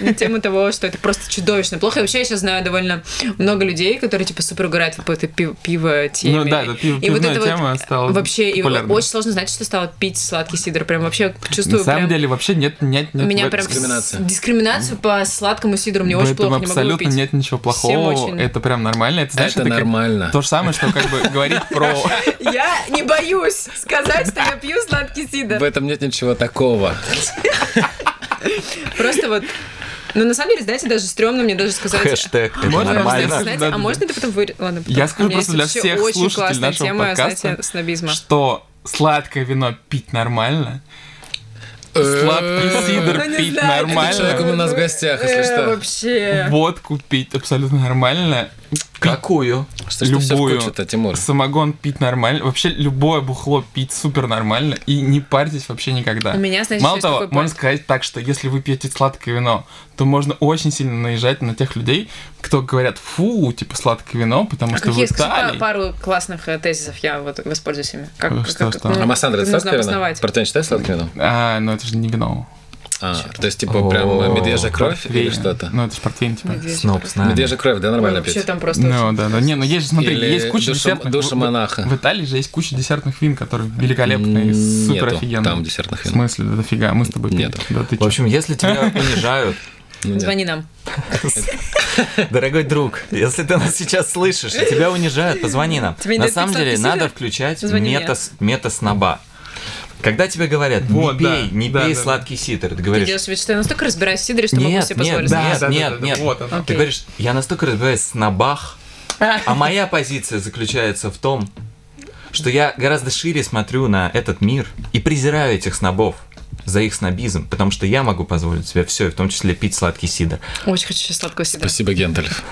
A: на тему того, что это просто чудовищно плохо. И вообще я сейчас знаю довольно много людей, которые типа супер угорают в какой-то пи- пиво теме.
B: Ну да, это пив-
A: И вот
B: пивная
A: это вот
B: тема стала
A: Вообще, и
B: популярной.
A: очень сложно знать, что стала пить сладкий сидр. Прям вообще чувствую
B: На самом
A: прям...
B: деле вообще нет, нет, нет.
A: меня
B: в-
A: прям
C: дискриминация.
A: с- дискриминацию по сладкому сидру мне
B: в
A: очень
B: этом
A: плохо, не могу его
B: абсолютно
A: пить.
B: нет ничего плохого.
A: очень-
B: Это прям нормально. Это, знаешь,
C: Это
B: как-
C: нормально.
B: То же самое, что как бы говорить про...
A: Я не боюсь сказать, что я пью сладкий
C: В
A: сидр.
C: этом нет ничего такого.
A: Просто вот... Ну, на самом деле, знаете, даже стрёмно мне даже сказать...
D: Хэштег.
B: Можно
D: Это
A: Просто,
B: Да,
D: нормально.
A: знаете,
B: да,
A: а
B: да.
A: можно это потом вырезать? Ладно, потом.
B: Я скажу
A: У меня
B: просто
A: есть
B: для
A: вообще
B: всех
A: очень
B: слушателей
A: классная
B: нашего
A: тема,
B: подкаста.
A: знаете, снобизма.
B: Что сладкое вино пить нормально,
C: Э,
B: сладкий сидр
A: Ну, не
B: пить
A: знаю, это
C: Человек
B: нормально,
C: у нас в гостях, если
A: Э,
C: что.
A: Вообще.
B: водку пить абсолютно нормально,
D: Какую?
C: Что ж ты все в
B: любую.
C: кучу-то, Тимур?
B: самогон пить нормально, вообще любое бухло пить супер нормально и не парьтесь вообще никогда.
A: У меня, знаете,
B: Мало
A: еще
B: того,
A: есть такой
B: можно
A: пункт.
B: сказать так, что если вы пьете сладкое вино, то можно очень сильно наезжать на тех людей, кто говорят, фу, типа сладкое вино, потому
A: А
B: что в
A: какие, скажи, па-
B: Италии...
A: пару классных э, тезисов я вот воспользуюсь ими? Как,
B: Э,
A: как-
B: что,
A: как-
B: что?
A: ну,
C: А Массандра,
A: как
C: это
A: нужно
C: сладкое вино?
A: обосновать?
C: Партен, считаешь сладкое вино?
B: А, ну это же не вино.
C: А, то есть, типа,
D: О,
C: прям медвежья кровь или
B: Портвейн.
C: что-то?
B: Ну это же портвейн, типа.
A: Медвежий.
D: Сноб с нами.
C: Медвежья кровь, да,
A: Ой,
C: нормально
A: Вообще
C: пить?
A: там просто...
B: Ну да, да. Не, ну есть же, смотри,
C: Или
B: есть куча
C: душа-
B: десертных.
C: душа
B: в- в-
C: монаха.
B: В Италии же есть куча десертных вин, которые великолепные,
C: Нету
B: супер офигенные.
C: там десертных вин.
B: В смысле, да дофига, мы с тобой пили.
C: Нету.
B: Да ты
D: В
B: чё?
D: общем, если тебя унижают,
C: Ну, нет.
A: Звони нам.
D: дорогой друг, если ты нас сейчас слышишь, и тебя унижают, позвони нам.
A: Тебе не
D: На
A: дают
D: самом
A: пить
D: деле
A: сладкий
D: надо
A: сидр?
D: включать
A: Позвони мне.
D: метас- мета-сноба. Когда тебе говорят, не
B: Вот, да,
D: пей, не
B: да,
D: пей
B: да, да.
D: сладкий сидр, ты
A: Ты
D: говоришь,
A: делаешь вид, что я настолько разбираюсь в сидре, что могу
D: Нет,
A: себе
D: нет,
A: позволить.
D: да.
B: Да, да,
D: нет,
B: да, да,
D: нет.
B: Вот оно.
A: Окей.
D: Ты говоришь, я настолько разбираюсь в снобах, а моя позиция заключается в том, что я гораздо шире смотрю на этот мир и презираю этих снобов за их снобизм, потому что я могу позволить себе все, в том числе пить сладкий сидр.
A: Очень хочу сейчас сладкого сидра.
C: Спасибо, Гентальф.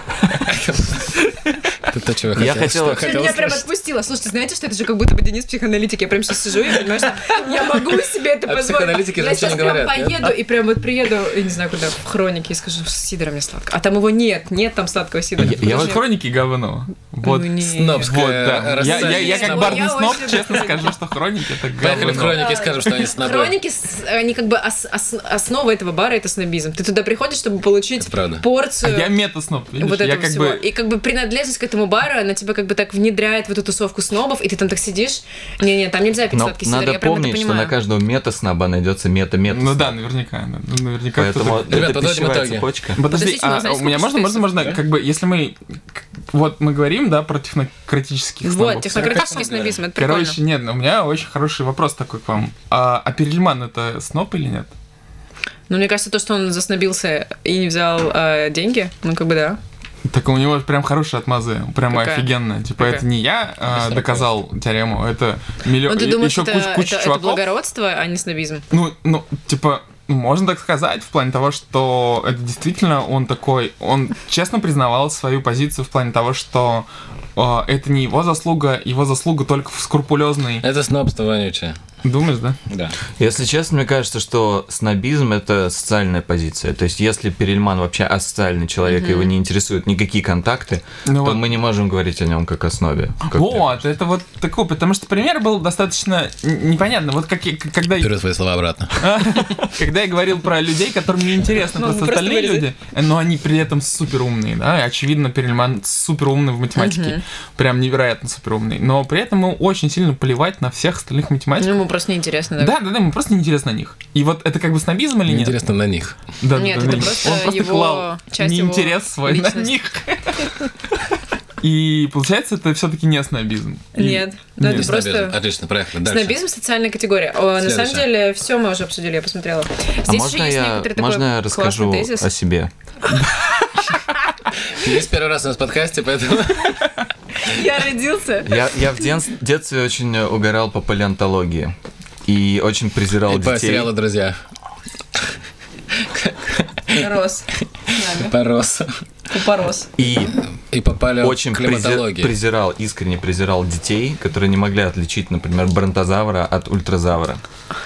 C: Это то, чего я
D: Я
C: хотел-
D: хотела-
C: что
A: Всё,
C: хотел
A: меня прям
C: услышать.
A: отпустило. Слушайте, знаете, что это же как будто бы Денис психоаналитик. Я прям сейчас сижу и понимаю, что я могу себе это
C: А
A: позволить.
C: психоаналитики же
A: я
C: ничего
A: сейчас
C: не
A: прям
C: говорят, нет?
A: поеду и прям вот приеду, я не знаю куда, в хроники и скажу, с сидором мне сладко. А там его нет, нет там сладкого сидора.
B: Я, я вот
A: Подожди.
B: хроники говно. Вот.
A: Ну, не.
C: Снобская
B: Вот, да. Я, я, я
C: рассадница.
B: как
A: Ой,
B: барный
A: я
B: сноб,
A: очень
B: честно
A: люблю.
B: скажу, что хроники это говно.
C: Поехали в хроники и скажем, что они
B: А,
C: снобы.
A: Хроники, с- они как бы ос- ос- основа этого бара это снобизм. Ты туда приходишь, чтобы получить
C: Это правда.
B: А
A: порцию.
B: я мета-сноб, видишь?
A: вот
B: я
A: этого
B: как
A: всего.
B: бы...
A: И как бы принадлежность к этому бару, она тебя как бы так внедряет в эту тусовку снобов, и ты там так сидишь. Не-не, там нельзя пить
D: Но
A: сладкий сидр,
D: надо
A: я прям это
D: помнить, что
A: понимаю.
D: на каждого мета-сноба найдется мета-мета.
B: Ну да, наверняка. да. Ну, Наверняка
D: Поэтому
B: кто-то-
D: это
C: Ребят, подводим
D: пищевая
C: итоги.
D: цепочка.
B: Подожди,
A: Подождите,
B: а
A: ну, знаете,
B: у меня
A: сколько
B: можно, можно,
A: стоит
B: можно, как бы, если мы, к- вот мы говорим, да, про технократических снобов.
A: Вот, технократический снобизм, это прикольно.
B: Короче, нет, у меня очень хороший вопрос такой к вам. А, а Перельман это сноб или нет?
A: Ну, мне кажется, то, что он заснобился и не взял э, деньги, ну, как бы да.
B: Так у него прям хорошие отмазы, прям
A: Какая?
B: офигенная. Типа,
A: Какая?
B: это не я а, доказал теорему, это миллион,
A: Ну, ты думаешь,
B: еще
A: это,
B: куча, куча
A: это- это
B: чуваков.
A: благородство, а не снобизм?
B: Ну, ну, типа, ну, можно так сказать, в плане того, что это действительно он такой, он честно признавал свою позицию в плане того, что э, это не его заслуга, его заслуга только в скрупулезной.
C: Это снобство вонючее.
B: Думаешь, да?
C: Да.
D: Если честно, мне кажется, что снобизм это социальная позиция. То есть, если Перельман вообще асоциальный человек, и его не интересуют никакие контакты,
B: Ну
D: то
B: вот.
D: мы не можем говорить о нем как о снобе.
A: А,
D: Как
A: ну,
B: вот, это вот такой, потому что пример был достаточно н- непонятно. Вот как я, к- когда,
C: Беру свои слова обратно.
B: когда я говорил про людей, которым не интересно,
A: Мам,
B: просто
A: Ну, просто
B: остальные люди,
A: вырезать.
B: но они при этом супер умные, да, и, очевидно, Перельман супер умный в математике, прям невероятно супер умный, но при этом ему очень сильно плевать на всех остальных математиков,
A: Ну, ему просто неинтересно.
B: Да, да, да, ему просто неинтересно на них. И вот это как бы снобизм или
C: Мне
B: нет?
C: интересно на них.
B: Да, да,
A: Нет,
B: да,
A: это
B: да.
A: просто
B: Он просто
A: его-
B: клал
A: часть его
B: неинтерес свой на
A: личности.
B: них. И получается, это все-таки не снобизм. И-
A: Нет, ну,
B: Нет.
A: это просто...
C: Снобизм. Отлично, проехали. Дальше.
A: Снобизм – социальная категория. О, на
C: Следующая.
A: самом деле, все мы уже обсудили, я посмотрела. Здесь
D: А
A: еще
D: можно
A: есть
D: я,
A: некоторый такой
D: можно я
A: классный
D: расскажу
A: тезис.
D: о себе?
C: Денис первый раз у нас в подкасте, поэтому
A: Я родился.
D: Я, я в ден- детстве очень угорал по палеонтологии. И очень презирал
C: И по
D: детей.
C: сериалу «Друзья».
A: Рос.
C: Порос.
A: Купорос.
D: И
C: И попали
D: очень
C: к
D: презир-
C: климатологии.
D: презирал, искренне презирал детей, которые не могли отличить, например, бронтозавра от ультразавра.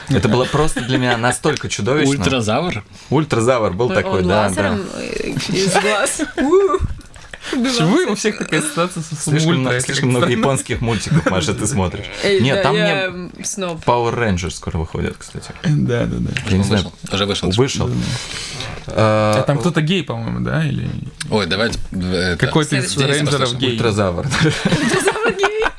D: Это было просто для меня настолько чудовищно.
C: Ультразавр?
D: Ультразавр был такой,
A: Ну, Он
D: да, да.
A: лазером э, из глаз. У, убивал.
B: Почему у всех такая ситуация со
D: Слишком,
B: ультра,
D: много-
B: это
D: слишком
B: как
D: много
B: странно.
D: японских мультиков, Маша, ты смотришь.
A: Э,
D: Нет,
A: да,
D: там
A: я,
D: мне
A: м, Сноб.
D: Power Rangers скоро выходят, кстати.
B: Да, да, да.
D: Я не знаю,
C: Вышел. Уже вышел.
D: вышел.
B: А
D: А,
B: там кто-то гей, по-моему, да? Или
C: Ой, давайте... э, это-
B: какой-то из
A: Следующий.
B: рейнджеров гей.
D: Ультразавр.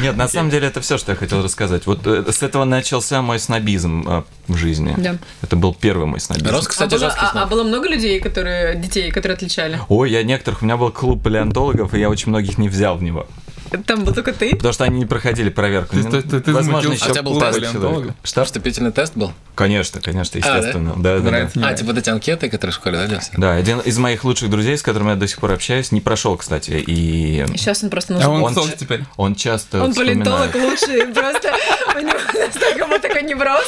D: Нет, на самом деле это все, что я хотел рассказать. Вот э, с этого начался мой снобизм э, в жизни.
A: Да.
D: Это был первый мой снобизм.
C: Рос,
A: А
C: кстати,
A: было,
C: жесткий
A: а- а
C: знак.
A: было много людей, которые детей, которые отличали?
D: Ой, я некоторых, у меня был клуб палеонтологов, и я очень многих не взял в него.
A: Там был только ты?
D: Потому что они не проходили проверку.
B: Ты-
D: Ну,
B: ты- ты- ты
D: Возможно,
B: замутился
D: еще
C: в клуб
D: пару
B: палеонтологов? А,
D: человек. Что?
C: Вступительный тест был?
D: Конечно, конечно,
C: А, да?
D: естественно. да, да, да.
C: Нравится? А, типа вот эти анкеты, которые в школе, да, делался?
D: Да, один из моих лучших друзей, с которым я до сих пор общаюсь, не прошел, кстати, и
A: Сейчас он просто
B: А
A: нужен.
B: он
D: Он
B: сол
D: ч-
B: теперь.
D: он часто
A: Он
D: вспоминает.
A: палеонтолог лучший, просто у него настолько был такой невроз,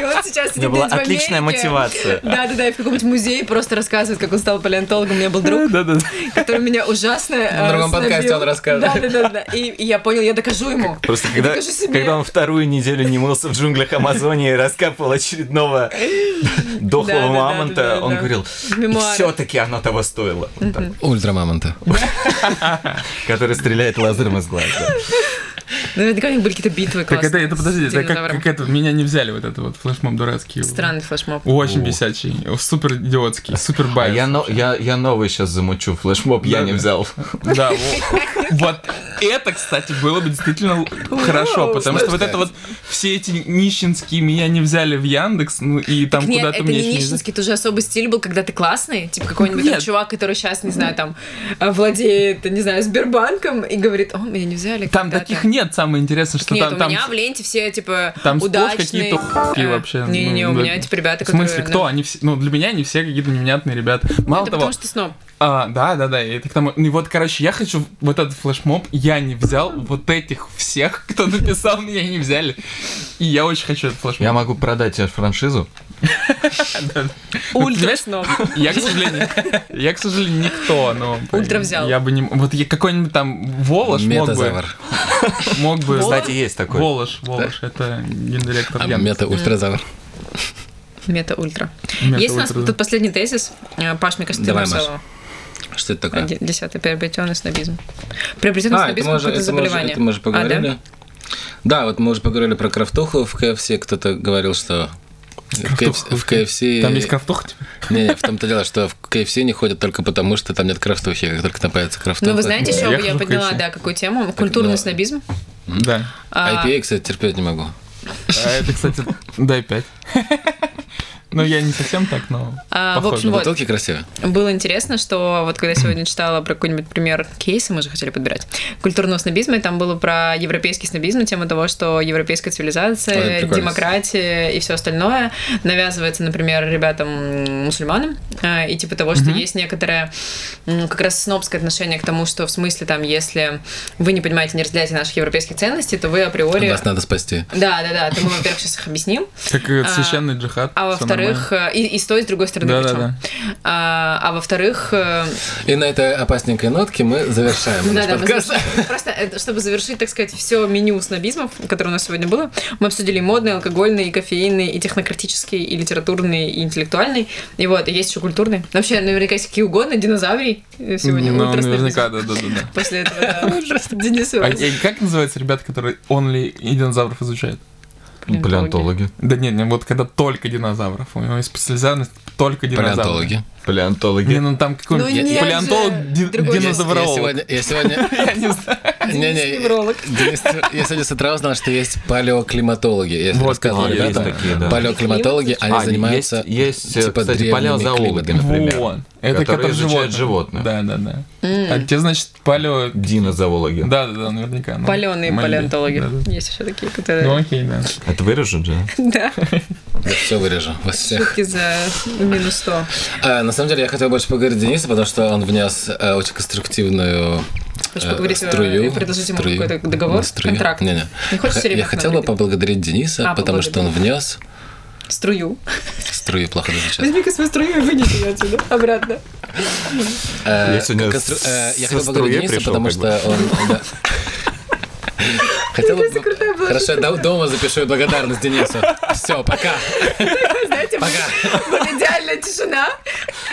A: и он сейчас
D: У меня
A: сидит
D: была
A: где-нибудь в
D: отличная
A: Америке.
D: мотивация.
A: Да-да-да, и в каком-нибудь музее просто рассказывает, как он стал палеонтологом. У меня был друг,
B: Да, да, да.
A: который меня ужасно
C: На другом подкасте он расскажет.
A: Да-да-да, и и я понял, я докажу ему.
D: Просто
A: Я
D: когда,
A: докажу себе.
D: когда он вторую неделю не мылся в джунглях Амазонии и раскапывал очередного дохлого
A: Да, да, да,
D: мамонта,
A: да, да,
D: он
A: да.
D: говорил,
A: Мемуары.
D: все-таки оно того стоило. Вот так.
C: Ультрамамонта.
D: Который стреляет лазером из глаз. да.
A: Наверняка у них были какие-то битвы
B: Так это,
A: классные
B: это
A: с
B: подожди, это как,
A: динозавром.
B: как это, меня не взяли, вот это вот флешмоб дурацкий.
A: Странный флешмоб.
B: Очень бесячий, супер идиотский, супер
D: А
B: байс.
D: я, но- я, я новый сейчас замучу, флешмоб я
B: Да,
D: не
B: да.
D: взял.
B: Да, во- вот это, кстати, было бы действительно хорошо, потому что вот это вот все эти нищенские меня не взяли в Яндекс, ну и там
A: Нет,
B: куда-то
A: это
B: мне
A: не
B: еще не взяли.
A: нищенский, это уже особый стиль был, когда ты классный, типа какой-нибудь там
B: Нет.
A: чувак, который сейчас, не знаю, там, э, владеет, не знаю, Сбербанком, и говорит, о, меня не взяли
B: Там
A: когда-то».
B: таких нет, самое интересное, что
A: Нет,
B: там...
A: у
B: там
A: меня в ленте все, типа,
B: там сплошь
A: удачные. Э,
B: какие-то ухи вообще.
A: Не-не-не,
B: Ну,
A: у
B: да.
A: меня, типа, ребята,
B: в смысле,
A: которые,
B: кто?
A: ну,
B: Они все, ну, для меня они все какие-то невнятные ребята. Мало
A: Это
B: того,
A: потому что ты сноб.
B: А, да, да, да, это к тому. Ну и вот, короче, я хочу вот этот флешмоб, я не взял вот этих всех, кто написал, меня не взяли. И я очень хочу этот флешмоб.
D: Я могу продать тебе франшизу.
A: Ультра сноб.
B: Я, к сожалению, я, к сожалению, никто, но...
A: Ультра взял.
B: Я бы не... м- Вот я какой-нибудь там Волош мог бы...
C: Метазавр.
B: Мог бы...
D: Кстати, есть такой.
B: Волош, Волош, это гендиректор
C: А
B: Яндекса.
C: мета-ультразавр.
A: Мета-ультра.
B: Мета
A: Есть у нас
B: ультра, да.
A: тут последний тезис. Э, Паш, мне кажется, ты
C: Давай,
A: можешь
C: Маш.
A: его.
C: Что это такое? А,
A: Один- Десятый. Приобретенный снобизм. Приобретенный
C: это
A: снобизм
C: мы уже-
A: какое-то
C: это мы уже-
A: заболевание.
C: это мы уже
A: А, да?
C: поговорили. да? вот мы уже поговорили про крафтуху в KFC. Кто-то говорил, что в KFC... в KFC
B: Там есть крафтуха теперь?
C: Не-не, в том-то дело, что в KFC не ходят только потому, что там нет крафтухи. Как только там появится крафтуха...
A: Ну, вы знаете,
B: Я
A: что я,
B: хожу в
A: подняла,
B: KFC.
A: да, какую тему? Культурный
C: ну,
A: снобизм.
B: Да.
A: А,
C: IPA, кстати, терпеть не могу.
B: А это, кстати, дай пять. Ну, я не совсем так, но...
A: а, в
B: похоже.
A: общем, вот.
C: Бутылки красивые.
A: Было интересно, что вот когда я сегодня читала про какой-нибудь пример кейса, мы же хотели подбирать, культурного снобизма, и там было про европейский снобизм, тема того, что европейская
C: Ой,
A: цивилизация,
C: прикольно.
A: демократия и все остальное навязывается, например, ребятам мусульманам, э, и типа того, что есть некоторое м, как раз снобское отношение к тому, что в смысле там, если вы не понимаете, не разделяете наших европейских ценностей, то вы априори...
C: Нас надо спасти.
A: Да, да, да, то мы, во-первых, сейчас их объясним,
B: Как э,
A: А,
B: священный джихад.
A: а
B: всё
A: во-вторых, э, и, и с той, и с другой стороны
B: Да, да,
A: причем. А, а во-вторых, э,
C: И на этой опасненькой нотке мы завершаем
A: да,
C: наш
A: да, мы
C: подкаст.
A: завершили. Просто э, чтобы завершить, так сказать, все меню снобизмов, которое у нас сегодня было, мы обсудили и модный, и алкогольный, и кофеинный, и технократический, и литературный, и интеллектуальный. И вот, и есть еще культурный. Ну, Вообще, наверняка есть какие угодно, динозаврий э, сегодня.
B: Ну,
A: ультра снобизм.
B: наверняка, да, да, да. да.
A: После этого, да. Денис
B: А,
A: Иванов.
B: э, как называются ребята, которые only и динозавров изучают?
D: Палеонтологи.
B: Да нет, не, вот когда только динозавров. У него есть специализация только динозавров.
C: Палеонтологи.
B: Не,
D: Палеонтологи.
B: ну там
A: Ну
B: какой-нибудь
A: нет же,
B: палеонтолог ди-
A: другой
C: Я- Я
B: динозавролог.
C: сегодня... Я сегодня...
B: Я не знаю.
C: Не-не,
A: невролог.
C: Денис, я сегодня с утра узнал, что есть палеоклиматологи. Я сегодня
B: Вот
C: рассказывал
D: какие есть
C: ребятам.
D: такие, да.
C: Палеоклиматологи, они
D: А,
C: занимаются
D: есть- есть, э,
C: типа
D: кстати,
C: древними
D: палеозоологи,
C: климатами.
D: Например,
B: Вот. Это
D: которые
B: которые
D: изучают животных.
B: Да, да, да. А те, значит, палео...
D: Динозоологи.
B: Да, да, да, наверняка. ну,
A: Паленые
B: Мэлли.
A: палеонтологи.
B: Да, да.
A: Есть еще такие,
B: Ну
A: которые...
B: окей, да.
D: Это вырежут же? а?
A: Да,
C: Я все вырежу, вас всех.
A: шутки за минус 100.
C: А, на самом деле, я хотел больше поговорить с Денисом, потому что он внес э, очень конструктивную
A: Хочешь поговорить о- и предложить ему какой-то договор, контракт?
C: Не, не.
A: Не хочешь все
C: Я
A: время
C: хотел бы поблагодарить Дениса,
A: А,
C: потому что он внес
A: Струю.
C: струю плохо звучит.
A: Возьми-ка свою струю и вынеси ее отсюда, обратно.
C: Э,
D: Я сегодня
C: констру-
D: с-
C: э, Я
D: со
C: хотел
D: струей
C: благодарить Дениса,
D: пришел,
C: потому
D: как бы.
C: что он... да. Хотел бы-
A: кажется, крутая была
C: Хорошо, я до- дома запишу благодарность Денису. Все, пока.
A: Знаете,
C: Пока.
A: была идеальная тишина.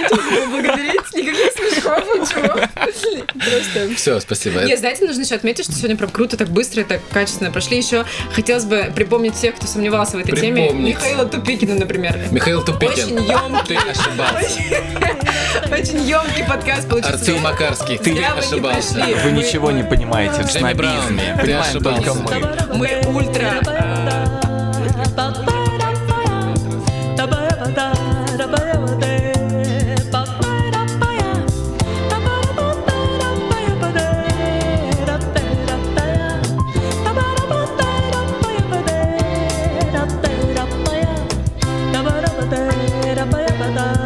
A: Чтобы Благодарить, никаких смешков, ничего. Просто
C: Все, спасибо.
A: Не, знаете, нужно еще отметить, что сегодня прям круто, так быстро и так качественно прошли. Еще хотелось бы припомнить всех, кто сомневался в этой теме.
C: Припомнить.
A: Михаила Тупикина, например.
C: Михаил Тупикин,
A: Очень ёмкий.
C: ты ошибался.
A: Очень емкий подкаст получился.
C: Артем Макарский, ты
A: Зря вы не
C: ошибался.
A: пришли.
D: Вы
A: Мы-
D: ничего не понимаете в
C: Джейми Браун,
D: снобизме.
C: ты
D: Понимаем только
C: ошибался.
D: мы.
A: Мы ультра э,
E: Yeah.